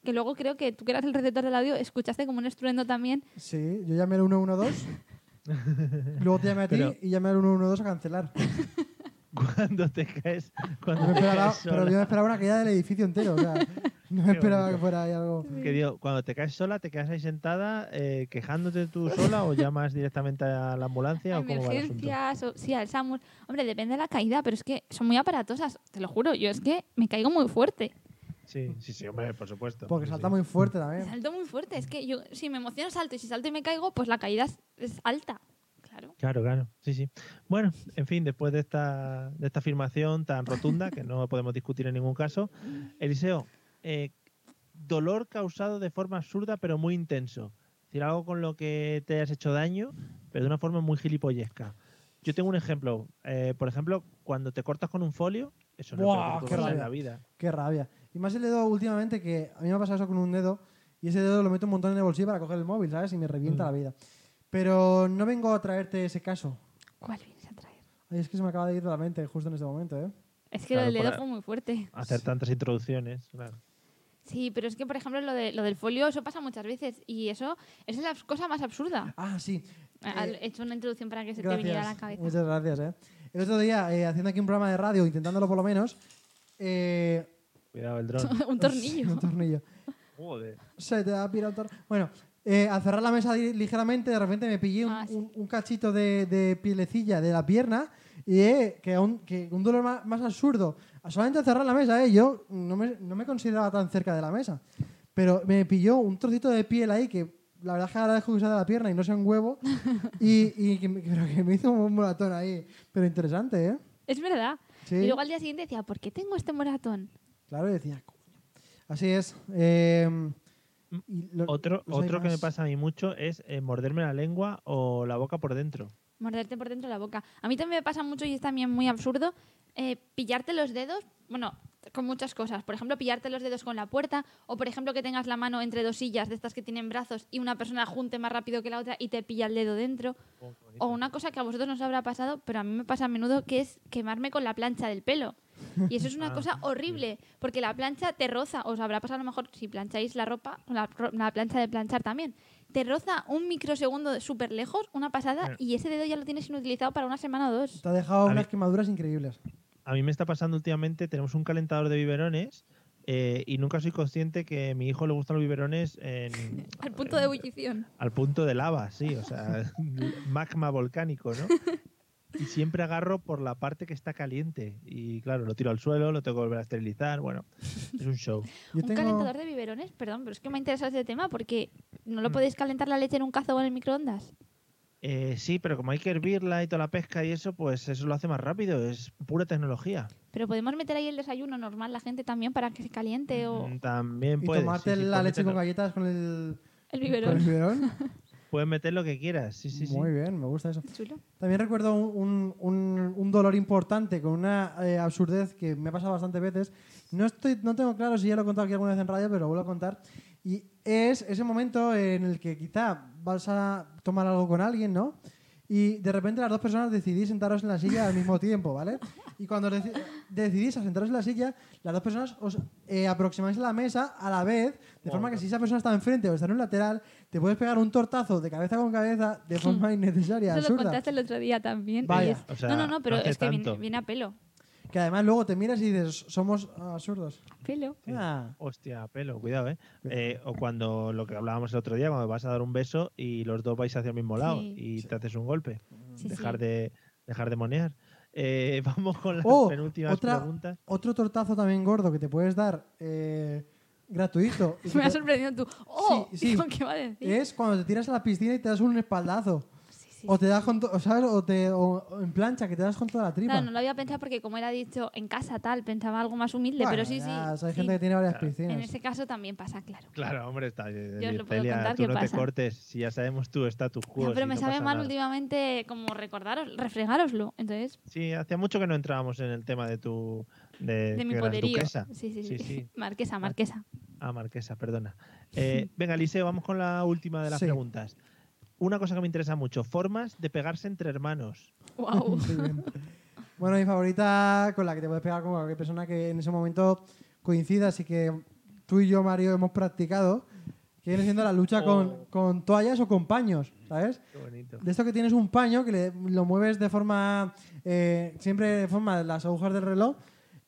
Speaker 6: que luego creo que tú que eras el receptor del audio, escuchaste como un estruendo también.
Speaker 5: Sí, yo llamé al 112. luego te llamé a ti
Speaker 3: Pero-
Speaker 5: y llamé al 112 a cancelar.
Speaker 3: Cuando te caes. Cuando
Speaker 5: Yo me
Speaker 3: te
Speaker 5: esperaba-
Speaker 3: caes
Speaker 5: pero
Speaker 3: sola.
Speaker 5: yo me esperaba una caída del edificio entero. O sea, no
Speaker 3: Qué
Speaker 5: me esperaba
Speaker 3: bonito.
Speaker 5: que fuera ahí algo.
Speaker 3: Que digo, cuando te caes sola, ¿te quedas ahí sentada eh, quejándote tú sola o llamas directamente a la ambulancia
Speaker 6: a
Speaker 3: o cómo va el asunto?
Speaker 6: emergencias, o, sí, al SAMUR. Hombre, depende de la caída, pero es que son muy aparatosas, te lo juro, yo es que me caigo muy fuerte.
Speaker 3: Sí, sí, sí, hombre, por supuesto.
Speaker 5: Porque
Speaker 3: Sí,
Speaker 5: salta
Speaker 3: sí.
Speaker 5: muy fuerte también.
Speaker 6: Salto muy fuerte, es que yo si me emociono salto y si salto y me caigo, pues la caída es, es alta. Claro.
Speaker 3: Claro, claro, sí, sí. Bueno, en fin, después de esta, de esta afirmación tan rotunda que no podemos discutir en ningún caso, Eliseo, eh, dolor causado de forma absurda pero muy intenso. Es decir, algo con lo que te hayas hecho daño, pero de una forma muy gilipollesca. Yo tengo un ejemplo. Eh, por ejemplo, cuando te cortas con un folio, eso no
Speaker 5: Buah,
Speaker 3: es
Speaker 5: qué
Speaker 3: en
Speaker 5: rabia.
Speaker 3: la vida.
Speaker 5: Qué rabia. Y más el dedo últimamente que a mí me ha pasado eso con un dedo y ese dedo lo meto un montón en el bolsillo para coger el móvil, ¿sabes? Y me revienta la
Speaker 3: Mm.
Speaker 5: vida. Pero no vengo a traerte ese caso.
Speaker 6: ¿Cuál vienes a traer?
Speaker 5: Ay, es que se me acaba de ir de la mente justo en este momento, ¿eh?
Speaker 6: Es que
Speaker 3: Claro,
Speaker 6: lo del
Speaker 3: por
Speaker 6: dedo
Speaker 3: la-
Speaker 6: fue muy fuerte.
Speaker 5: Ah.
Speaker 3: Hacer tantas introducciones, claro.
Speaker 6: Sí, pero es que, por ejemplo, lo, de, lo del folio, eso pasa muchas veces. Y eso, esa es la cosa más absurda.
Speaker 5: Ah, sí.
Speaker 6: Ah,
Speaker 5: Eh,
Speaker 6: He hecho una introducción para que se te viniera a la
Speaker 5: Gracias.
Speaker 6: cabeza.
Speaker 5: Muchas gracias, ¿eh? El otro día, eh, haciendo aquí un programa de radio, intentándolo por lo menos, eh,
Speaker 3: Cuidado el dron.
Speaker 6: Un tornillo.
Speaker 5: un tornillo.
Speaker 3: Joder.
Speaker 5: Se te ha pirado el tornillo. Bueno, eh, al cerrar la mesa di- ligeramente, de repente me pillé un,
Speaker 6: Ah, sí.
Speaker 5: un- un cachito de, de pielecilla de la pierna y eh, que, un, que un dolor ma- más, absurdo. Solamente al cerrar la mesa, eh, yo no me, no me consideraba tan cerca de la mesa. Pero me pilló un trocito de piel ahí que la verdad es que agradezco que usara la pierna y no sea un huevo. y y que, me- pero que me hizo un moratón ahí. Pero interesante, ¿eh?
Speaker 6: Es verdad.
Speaker 5: Sí.
Speaker 6: Y luego al día siguiente decía, ¿por qué tengo este moratón?
Speaker 5: Claro, y decía, coño. Así es. eh, y lo-
Speaker 3: Otro,
Speaker 5: los Pues hay
Speaker 3: otro que me
Speaker 5: más.
Speaker 3: pasa a mí mucho es eh, morderme la lengua o la boca por dentro.
Speaker 6: Morderte por dentro de la boca. A mí también me pasa mucho y es también muy absurdo eh, pillarte los dedos, bueno, con muchas cosas. Por ejemplo, pillarte los dedos con la puerta o, por ejemplo, que tengas la mano entre dos sillas de estas que tienen brazos y una persona junte más rápido que la otra y te pilla el dedo dentro. O una cosa que a vosotros nos habrá pasado, pero a mí me pasa a menudo, que es quemarme con la plancha del pelo. Y eso es
Speaker 5: Ah,
Speaker 6: una cosa horrible, porque la plancha te roza, os habrá pasado a lo mejor si plancháis la ropa, con la, ro- la plancha de planchar también, te roza un microsegundo súper lejos, una pasada, y ese dedo ya lo tienes inutilizado para una semana o dos.
Speaker 5: Te ha dejado
Speaker 3: A
Speaker 5: unas
Speaker 3: mí-
Speaker 5: quemaduras increíbles.
Speaker 3: A mí me está pasando últimamente, tenemos un calentador de biberones eh, y nunca soy consciente que a mi hijo le gustan los biberones en-
Speaker 6: Al punto de ebullición.
Speaker 3: al punto de lava, sí, o sea, magma volcánico, ¿no? Y siempre agarro por la parte que está caliente. Y claro, lo tiro al suelo, lo tengo que volver a esterilizar. Bueno, es un show.
Speaker 5: Yo
Speaker 6: un
Speaker 5: tengo-
Speaker 6: calentador de biberones, perdón, pero es que me ha interesado este tema porque no
Speaker 5: Mm.
Speaker 6: lo podéis calentar la leche en un cazo o en el microondas.
Speaker 3: Eh, sí, pero como hay que hervirla y toda la pesca y eso, pues eso lo hace más rápido. Es pura tecnología.
Speaker 6: Pero podemos meter ahí el desayuno normal la gente también para que se caliente o
Speaker 3: Mm, También
Speaker 5: Y
Speaker 3: puede.
Speaker 5: tomarte
Speaker 3: sí, sí,
Speaker 5: la
Speaker 3: pues
Speaker 5: leche con
Speaker 3: mételo.
Speaker 5: galletas con el,
Speaker 6: el
Speaker 5: con el
Speaker 6: biberón.
Speaker 5: biberón.
Speaker 3: Puedes meter lo que quieras. Sí, sí, sí.
Speaker 5: Muy bien, me gusta eso.
Speaker 6: Chulo.
Speaker 5: También recuerdo un, un- un dolor importante con una eh, absurdez que me ha pasado bastantes veces. No, estoy, no tengo claro si ya lo he contado aquí alguna vez en radio, pero lo vuelvo a contar. Y es ese momento en el que quizá vas a tomar algo con alguien, ¿no? Y de repente las dos personas decidís sentaros en la silla al mismo tiempo, ¿vale? Y cuando deci- decidís a sentaros en la silla, las dos personas os eh, aproximáis a la mesa a la vez, de forma que si esa persona está enfrente o está en un lateral, te puedes pegar un tortazo de cabeza con cabeza de forma innecesaria.
Speaker 6: Eso lo
Speaker 5: absurda.
Speaker 6: contaste el otro día también. y
Speaker 5: Vaya.
Speaker 6: es-
Speaker 3: O sea,
Speaker 6: no, no, no, pero
Speaker 3: no hace
Speaker 6: es que viene,
Speaker 3: tanto.
Speaker 6: viene a pelo.
Speaker 5: Que además luego te miras y dices, somos ah, absurdos.
Speaker 6: Pelo.
Speaker 5: Ah,
Speaker 3: Hostia, pelo, cuidado, ¿eh? Eh, O cuando lo que hablábamos el otro día, cuando vas a dar un beso y los dos vais hacia el mismo lado
Speaker 6: Sí.
Speaker 3: y te haces un golpe.
Speaker 6: Sí,
Speaker 3: dejar,
Speaker 6: sí.
Speaker 3: De, dejar de monear. Eh, vamos con las
Speaker 5: Oh,
Speaker 3: penúltimas
Speaker 5: otra-
Speaker 3: preguntas.
Speaker 5: otro tortazo también gordo que te puedes dar eh, gratuito y que
Speaker 6: Me ha
Speaker 5: te-
Speaker 6: sorprendido tú. ¡Oh!
Speaker 5: Sí, sí.
Speaker 6: Digo, ¿Qué va a decir?
Speaker 3: ¿Eh?
Speaker 5: es cuando te tiras a la piscina y te das un espaldazo.
Speaker 6: Sí, sí,
Speaker 5: O te das con to- o ¿sabes? O, te, o- o en plancha, que te das con toda la tripa.
Speaker 6: Claro, no lo había pensado porque como él ha dicho en casa tal, pensaba algo más humilde,
Speaker 5: Bueno,
Speaker 6: pero sí, sí.
Speaker 5: ya, Hay
Speaker 6: sí.
Speaker 5: gente que tiene varias
Speaker 6: En
Speaker 5: piscinas.
Speaker 6: ese caso también pasa, claro.
Speaker 3: Claro, hombre, está. eh,
Speaker 6: Yo os lo puedo
Speaker 3: Celia,
Speaker 6: contar,
Speaker 3: tú
Speaker 6: ¿qué
Speaker 3: no
Speaker 6: pasa?
Speaker 3: te cortes, si ya sabemos tu status quo.
Speaker 6: Ya, pero
Speaker 3: si
Speaker 6: me
Speaker 3: no
Speaker 6: sabe
Speaker 3: pasa
Speaker 6: mal
Speaker 3: nada.
Speaker 6: últimamente como recordaros, refregároslo. Entonces,
Speaker 3: Sí, hacía mucho que no entrábamos en el tema de tu. De,
Speaker 6: de mi
Speaker 3: que eras
Speaker 6: poderío.
Speaker 3: duquesa.
Speaker 6: Sí, sí,
Speaker 3: Sí,
Speaker 6: sí,
Speaker 3: sí.
Speaker 6: Marquesa, marquesa.
Speaker 3: Ah, Marquesa, perdona. Eh, venga, Eliseo, vamos con la última de las
Speaker 5: Sí.
Speaker 3: preguntas. Una cosa que me interesa mucho: formas de pegarse entre hermanos.
Speaker 6: Wow.
Speaker 5: Muy bien. Bueno, mi favorita con la que te puedes pegar con cualquier persona que en ese momento coincida, así que tú y yo, Mario, hemos practicado, que viene siendo la lucha con, con toallas o con paños, ¿sabes?
Speaker 3: Oh. Qué bonito.
Speaker 5: De esto que tienes un paño que le- lo mueves de forma, eh, siempre de forma de las agujas del reloj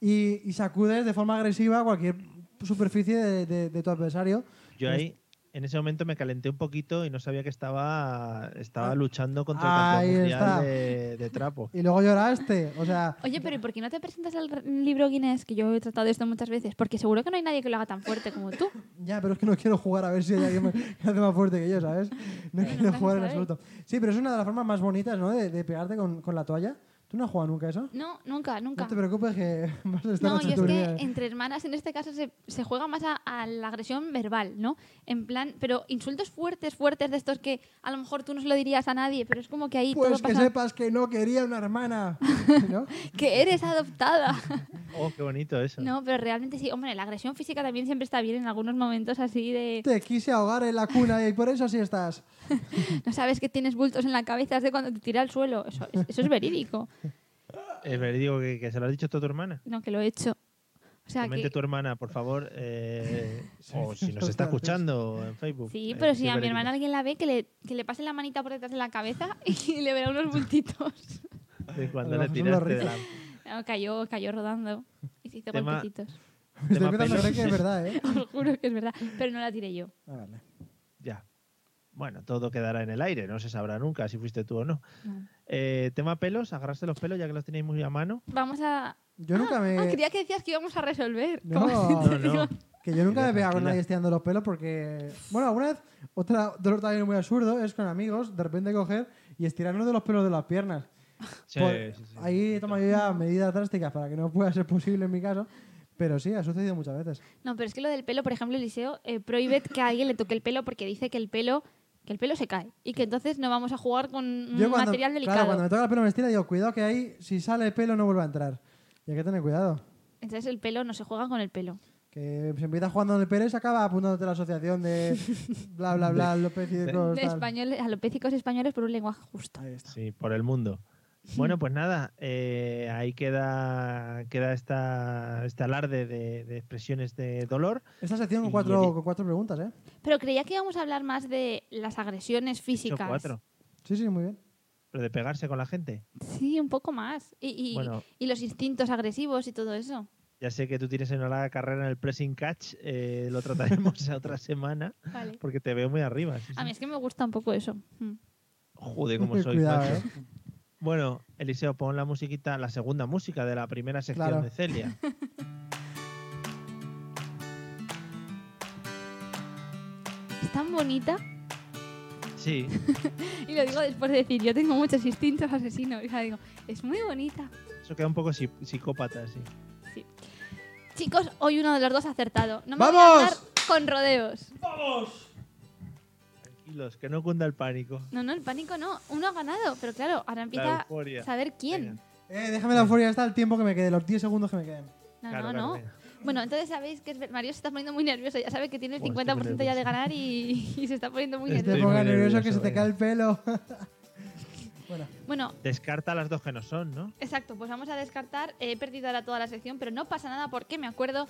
Speaker 5: y, y sacudes de forma agresiva cualquier superficie de, de- de tu adversario.
Speaker 3: Yo ahí, en ese momento, me calenté un poquito y no sabía que estaba, estaba
Speaker 5: Ah.
Speaker 3: luchando contra
Speaker 5: Ahí
Speaker 3: el campeón
Speaker 5: está.
Speaker 3: mundial de, de trapo.
Speaker 5: Y luego lloraste, o sea...
Speaker 6: Oye, pero ¿y por qué no te presentas al re- libro Guinness? Que yo he tratado de esto muchas veces. Porque seguro que no hay nadie que lo haga tan fuerte como tú.
Speaker 5: Ya, pero es que no quiero jugar a ver si hay alguien más- que hace más fuerte que yo, ¿sabes? No
Speaker 6: Bueno,
Speaker 5: quiero
Speaker 6: no
Speaker 5: jugar en
Speaker 6: sabes.
Speaker 5: absoluto. Sí, pero es una de las formas más bonitas, ¿no? De, de pegarte con, con la toalla. ¿Tú no has jugado nunca eso?
Speaker 6: No, nunca, nunca.
Speaker 5: No te preocupes que vas a estar
Speaker 6: No,
Speaker 5: noche
Speaker 6: y es
Speaker 5: turbia,
Speaker 6: que
Speaker 5: ¿eh?
Speaker 6: entre hermanas en este caso se, se juega más a, a la agresión verbal, ¿no? En plan, pero insultos fuertes, fuertes de estos que a lo mejor tú no se lo dirías a nadie, pero es como que ahí
Speaker 5: Pues
Speaker 6: todo
Speaker 5: que
Speaker 6: pasa.
Speaker 5: sepas que no quería una hermana. ¿no?
Speaker 6: Que eres adoptada.
Speaker 3: Oh, qué bonito eso.
Speaker 6: no, pero realmente sí. Hombre, la agresión física también siempre está bien en algunos momentos así de.
Speaker 5: Te quise ahogar en la cuna y por eso así estás.
Speaker 6: No sabes que tienes bultos en la cabeza, es de cuando te tira al suelo. Eso, es- eso es verídico.
Speaker 3: Es verídico Eh, que, que se lo has dicho tú a tu hermana.
Speaker 6: No, que lo he hecho. O sea,
Speaker 3: Comente
Speaker 6: que.
Speaker 3: tu hermana, por favor, eh, o si nos está escuchando en Facebook.
Speaker 6: Sí,
Speaker 3: eh,
Speaker 6: pero si a mi
Speaker 3: verídico.
Speaker 6: hermana alguien la ve, que le, que le pase la manita por detrás de la cabeza y le verá unos bultitos.
Speaker 3: De cuando
Speaker 5: A lo
Speaker 3: le
Speaker 5: mejor son los
Speaker 3: tiraste de la-
Speaker 6: No, Ah, cayó, cayó rodando. Y se hizo
Speaker 3: Tema-
Speaker 6: golpecitos.
Speaker 5: Me estoy
Speaker 3: Tema
Speaker 5: empezando a
Speaker 3: pelo.
Speaker 5: creer que es verdad, ¿eh?
Speaker 6: Os juro que es verdad. Pero no la tiré yo.
Speaker 5: Ah, vale.
Speaker 3: Ya. Bueno, todo quedará en el aire, no se sabrá nunca si fuiste tú o no.
Speaker 6: No.
Speaker 3: Eh, tema pelos, agarrarse los pelos ya que los tenéis muy a mano.
Speaker 6: Vamos a.
Speaker 5: Yo nunca me...
Speaker 6: Ah, creía que decías que íbamos a resolver.
Speaker 5: No.
Speaker 6: Como
Speaker 3: No, no.
Speaker 5: Que yo nunca me he pegado con
Speaker 3: Tranquila.
Speaker 5: nadie estirando los pelos porque. Bueno, alguna vez, otra dolor también muy absurdo es con amigos, de repente coger y estirarnos de los pelos de las piernas.
Speaker 3: Sí,
Speaker 5: Por-
Speaker 3: sí, sí.
Speaker 5: Ahí he tomado yo ya medidas drásticas para que no pueda ser posible en mi caso, pero sí, ha sucedido muchas veces.
Speaker 6: No, pero es que lo del pelo, por ejemplo, Eliseo eh, prohíbe que a alguien le toque el pelo porque dice que el pelo que el pelo se cae y que entonces no vamos a jugar con un
Speaker 5: Yo cuando,
Speaker 6: Mm, material delicado.
Speaker 5: claro, cuando me toca el pelo me estira, digo, cuidado que ahí, si sale el pelo no vuelve a entrar. Y hay que tener cuidado.
Speaker 6: Entonces el pelo no se juega con el pelo.
Speaker 5: Que se empieza jugando en el pelo y se acaba apuntándote a la asociación de bla, bla, bla, López y de
Speaker 6: De español, alopécicos españoles por un lenguaje justo.
Speaker 5: Ahí está.
Speaker 3: Sí, por el mundo. Bueno, pues nada, eh, ahí queda, queda esta, este alarde de, de expresiones de dolor.
Speaker 5: Esta sección con
Speaker 3: Y
Speaker 5: cuatro,
Speaker 3: Eli-
Speaker 5: con cuatro preguntas, ¿eh?
Speaker 6: Pero creía que íbamos a hablar más de las agresiones
Speaker 3: He hecho
Speaker 6: físicas.
Speaker 3: cuatro,
Speaker 5: Sí, sí, muy bien.
Speaker 3: pero de pegarse con la gente.
Speaker 6: Sí, un poco más. Y, y-
Speaker 3: Bueno.
Speaker 6: y los instintos agresivos y todo eso.
Speaker 3: Ya sé que tú tienes una larga carrera en el pressing catch, eh, lo trataremos a otra semana
Speaker 6: Vale.
Speaker 3: porque te veo muy arriba. sí,
Speaker 6: A mí
Speaker 3: sí.
Speaker 6: es que me gusta un poco eso. Mm.
Speaker 3: Joder, cómo soy.
Speaker 5: cuidado,
Speaker 3: macho.
Speaker 5: ¿eh?
Speaker 3: Bueno, Eliseo, pon la musiquita, la segunda música de la primera sección
Speaker 5: Claro.
Speaker 3: de Celia.
Speaker 6: Es tan bonita.
Speaker 3: Sí,
Speaker 6: Y lo digo después de decir, yo tengo muchos instintos asesinos. Y ahora digo, es muy bonita.
Speaker 3: eso queda un poco psi- psicópata, sí.
Speaker 6: Chicos, hoy uno de los dos ha acertado. No me
Speaker 5: ¡Vamos!
Speaker 6: voy a andar con rodeos.
Speaker 3: Tranquilos, que no cunda el pánico.
Speaker 6: No, no, el pánico no. Uno ha ganado, pero claro, ahora
Speaker 3: La
Speaker 6: empieza
Speaker 3: euforia.
Speaker 6: a saber quién.
Speaker 3: Venga.
Speaker 5: Eh, déjame la euforia hasta el tiempo que me quede, los 10 segundos que me queden.
Speaker 6: No,
Speaker 3: Claro,
Speaker 6: no,
Speaker 3: claro,
Speaker 6: no.
Speaker 3: venga.
Speaker 6: Bueno, entonces sabéis que es ver- Mario se está poniendo muy nervioso. Ya sabe que tiene el
Speaker 3: Buah, estoy muy
Speaker 6: 50% ya de ganar y, y se está poniendo muy
Speaker 5: Este
Speaker 3: Estoy
Speaker 6: nervioso.
Speaker 5: ponga
Speaker 3: muy
Speaker 5: nervioso
Speaker 3: nervioso,
Speaker 5: que se te
Speaker 3: venga.
Speaker 5: cae el pelo. bueno,
Speaker 6: Bueno,
Speaker 3: Descarta las dos que no son, ¿no?
Speaker 6: exacto, pues vamos a descartar. He perdido ahora toda la sección, pero no pasa nada porque me acuerdo.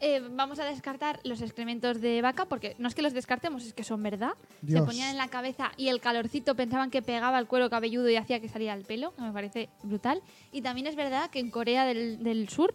Speaker 6: Eh, vamos a descartar los excrementos de vaca porque no es que los descartemos, es que son verdad.
Speaker 5: Dios.
Speaker 6: Se ponían en la cabeza y el calorcito pensaban que pegaba el cuero cabelludo y hacía que saliera el pelo, que me parece brutal. Y también es verdad que en Corea del, del Sur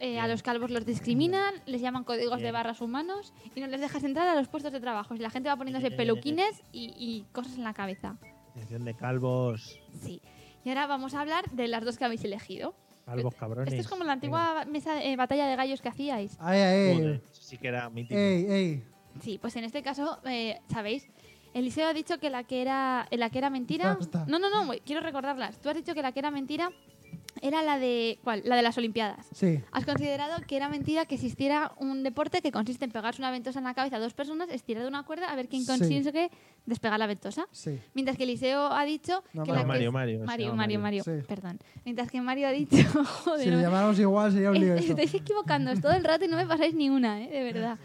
Speaker 6: eh, a los calvos los discriminan, les llaman códigos de
Speaker 3: Bien.
Speaker 6: barras humanos y no les dejas entrar a los puestos de trabajo. Y la gente va poniéndose peluquines y, y cosas en la cabeza.
Speaker 3: Atención de calvos,
Speaker 6: Sí. Y ahora vamos a hablar de las dos que habéis elegido.
Speaker 3: calvos cabrones.
Speaker 6: Esto Eh, este es como la antigua mesa, eh, batalla de gallos que hacíais.
Speaker 5: ay, ay,
Speaker 3: Joder,
Speaker 5: ay.
Speaker 3: eso sí que era mítico.
Speaker 5: Ey, ey.
Speaker 6: Sí, pues en este caso, eh, ¿sabéis? Eliseo ha dicho que la que era, eh, la que era mentira.
Speaker 5: Basta.
Speaker 6: No, no, no, güey, quiero recordarlas. Tú has dicho que la que era mentira era la de. ¿Cuál? La de las Olimpiadas.
Speaker 5: Sí.
Speaker 6: Has considerado que era mentira que existiera un deporte que consiste en pegarse una ventosa en la cabeza a dos personas, estirar de una cuerda a ver quién
Speaker 5: Sí.
Speaker 6: consigue despegar la ventosa.
Speaker 5: Sí.
Speaker 6: Mientras que Eliseo ha dicho
Speaker 5: No,
Speaker 6: que
Speaker 5: Mario,
Speaker 6: la que
Speaker 3: Mario,
Speaker 6: es-
Speaker 3: Mario, se
Speaker 6: Mario,
Speaker 3: llama
Speaker 6: Mario,
Speaker 3: Mario.
Speaker 6: Mario,
Speaker 5: Sí.
Speaker 6: perdón. Mientras que Mario ha dicho, joder,
Speaker 5: Si lo llamáramos igual sería un lío
Speaker 6: es-
Speaker 5: esto.
Speaker 6: Estáis equivocándoos todo el rato y no me pasáis ni una, ¿eh? de verdad.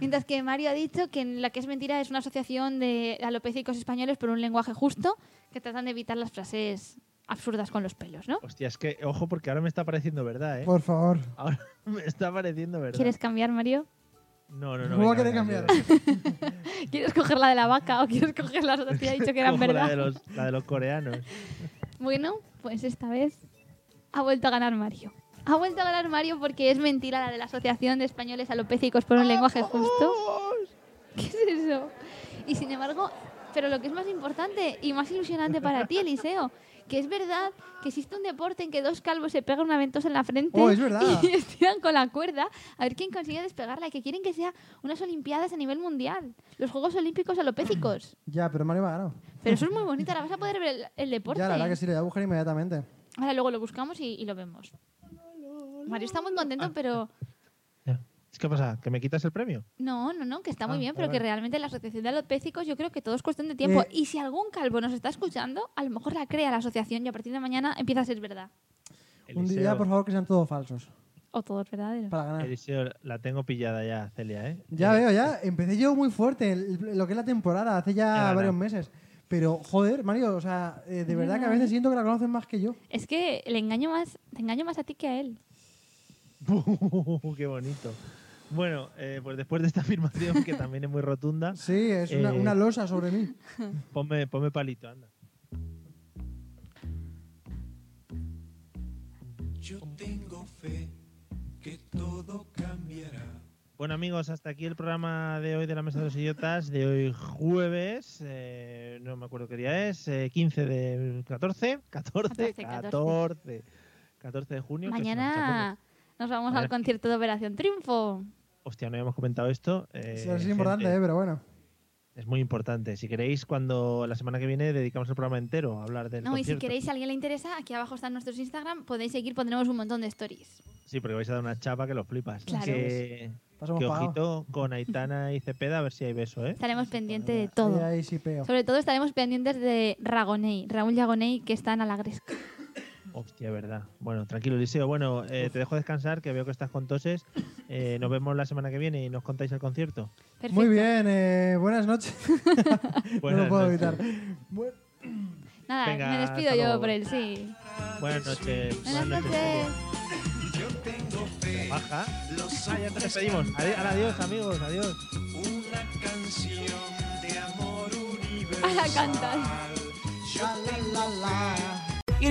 Speaker 6: Mientras que Mario ha dicho que en la que es mentira es una asociación de alopecicos españoles por un lenguaje justo que tratan de evitar las frases absurdas con los pelos, ¿no?
Speaker 3: Hostia, es que, ojo, porque ahora me está pareciendo verdad, ¿eh?
Speaker 5: Por favor.
Speaker 3: Ahora me está pareciendo verdad.
Speaker 6: ¿Quieres cambiar, Mario?
Speaker 3: No, no, no.
Speaker 5: No voy a
Speaker 3: venga, venga,
Speaker 5: querer cambiar.
Speaker 3: venga.
Speaker 6: ¿Quieres coger la de la vaca o quieres coger las otras que ha dicho que eran
Speaker 3: Ojo, La de,
Speaker 6: verdad?
Speaker 3: los, la de los coreanos.
Speaker 6: Bueno, pues esta vez ha vuelto a ganar Mario. Ha vuelto a ganar Mario porque es mentira la de la Asociación de Españoles Alopécicos por un lenguaje justo. ¿Qué es eso? Y sin embargo, pero lo que es más importante y más ilusionante para ti, Eliseo, que es verdad que existe un deporte en que dos calvos se pegan una ventosa en la frente
Speaker 5: Oh, es verdad.
Speaker 6: y estiran con la cuerda a ver quién consigue despegarla y que quieren que sea unas Olimpiadas a nivel mundial, los Juegos Olímpicos Alopécicos.
Speaker 5: Ya, pero Mario me ha ganado.
Speaker 6: Pero eso es muy bonito, ahora vas a poder ver el, el deporte.
Speaker 5: Ya, la verdad que sí, lo voy a buscar inmediatamente.
Speaker 6: Ahora luego lo buscamos y, y lo vemos. Mario está muy
Speaker 5: Ah.
Speaker 6: contento, pero
Speaker 3: Ya. ¿Es ¿Qué pasa? ¿Que me quitas el premio?
Speaker 6: no, no, no, que está muy
Speaker 3: Ah,
Speaker 6: bien,
Speaker 3: vale,
Speaker 6: pero que
Speaker 3: vale.
Speaker 6: realmente la asociación de alopécicos yo creo que todo es cuestión de tiempo.
Speaker 5: Eh.
Speaker 6: Y si algún calvo nos está escuchando, a lo mejor la crea la asociación y a partir de mañana empieza a ser verdad.
Speaker 5: Un
Speaker 3: Eliseo,
Speaker 5: día, por favor, que sean todos falsos.
Speaker 6: O todo es verdadero.
Speaker 5: Para ganar.
Speaker 3: Eliseo, la tengo pillada ya, Celia, ¿eh?
Speaker 5: Ya
Speaker 3: Eh,
Speaker 5: veo, ya. Empecé yo muy fuerte el- lo que es la temporada, hace
Speaker 3: Ya,
Speaker 5: ya
Speaker 3: ya.
Speaker 5: varios meses. Pero, joder, Mario, o sea, eh, de verdad que a veces siento que la conoces más que yo.
Speaker 6: Es que le engaño más, te engaño más a ti que a él.
Speaker 3: ¡Qué bonito! Bueno, eh, pues después de esta afirmación, que también es muy rotunda,
Speaker 5: Sí, es una,
Speaker 3: Eh.
Speaker 5: una losa sobre mí.
Speaker 3: ponme, ponme palito, anda.
Speaker 9: Yo tengo fe que todo cambiará.
Speaker 3: Bueno amigos, hasta aquí el programa de hoy de la Mesa de los Idiotas, de hoy jueves, eh, no me acuerdo qué día es, eh, 15 de 14, 14,
Speaker 6: 14,
Speaker 3: 14, 14 de junio. que es una
Speaker 6: Mañana
Speaker 3: chapona.
Speaker 6: nos vamos
Speaker 3: Mañana.
Speaker 6: al concierto de Operación Triunfo.
Speaker 3: Hostia, no habíamos comentado esto. eh,
Speaker 5: Sí, es
Speaker 3: gente,
Speaker 5: importante, eh, pero bueno.
Speaker 3: Es muy importante. Si queréis, cuando la semana que viene dedicamos el programa entero a hablar del
Speaker 6: No, y si
Speaker 3: concierto.
Speaker 6: queréis, si a alguien le interesa, aquí abajo están nuestros Instagram, podéis seguir, pondremos un montón de stories.
Speaker 3: Sí, porque vais a dar una chapa que lo flipas.
Speaker 6: Claro.
Speaker 3: Que,
Speaker 5: Pasamos
Speaker 3: que
Speaker 5: pagado.
Speaker 3: ojito con Aitana y Cepeda a ver si hay beso, ¿eh?
Speaker 6: Estaremos pendientes de
Speaker 5: Ahí,
Speaker 6: todo.
Speaker 5: ahí sí peo.
Speaker 6: Sobre todo estaremos pendientes de Ragonei, Raúl Yagonei, que está en Alagresca.
Speaker 3: Hostia, verdad. Bueno, tranquilo, Eliseo. Bueno, eh, te dejo descansar, que veo que estás con toses. Eh, nos vemos la semana que viene y nos contáis el concierto.
Speaker 6: Perfecto.
Speaker 5: Muy bien, eh, buenas noches. no
Speaker 3: Buenas
Speaker 5: lo puedo
Speaker 3: noches.
Speaker 5: evitar. Bu-
Speaker 6: Nada,
Speaker 3: Venga,
Speaker 6: me despido
Speaker 3: hasta
Speaker 6: yo
Speaker 3: luego.
Speaker 6: por él, sí.
Speaker 3: Buenas noches.
Speaker 6: Buenas noches.
Speaker 9: Yo tengo fe,
Speaker 3: Baja.
Speaker 9: los
Speaker 3: Ah, ya te despedimos. Adi- Adiós, amigos. Adiós.
Speaker 9: una canción de amor universal.
Speaker 6: Ahora cantas.
Speaker 1: It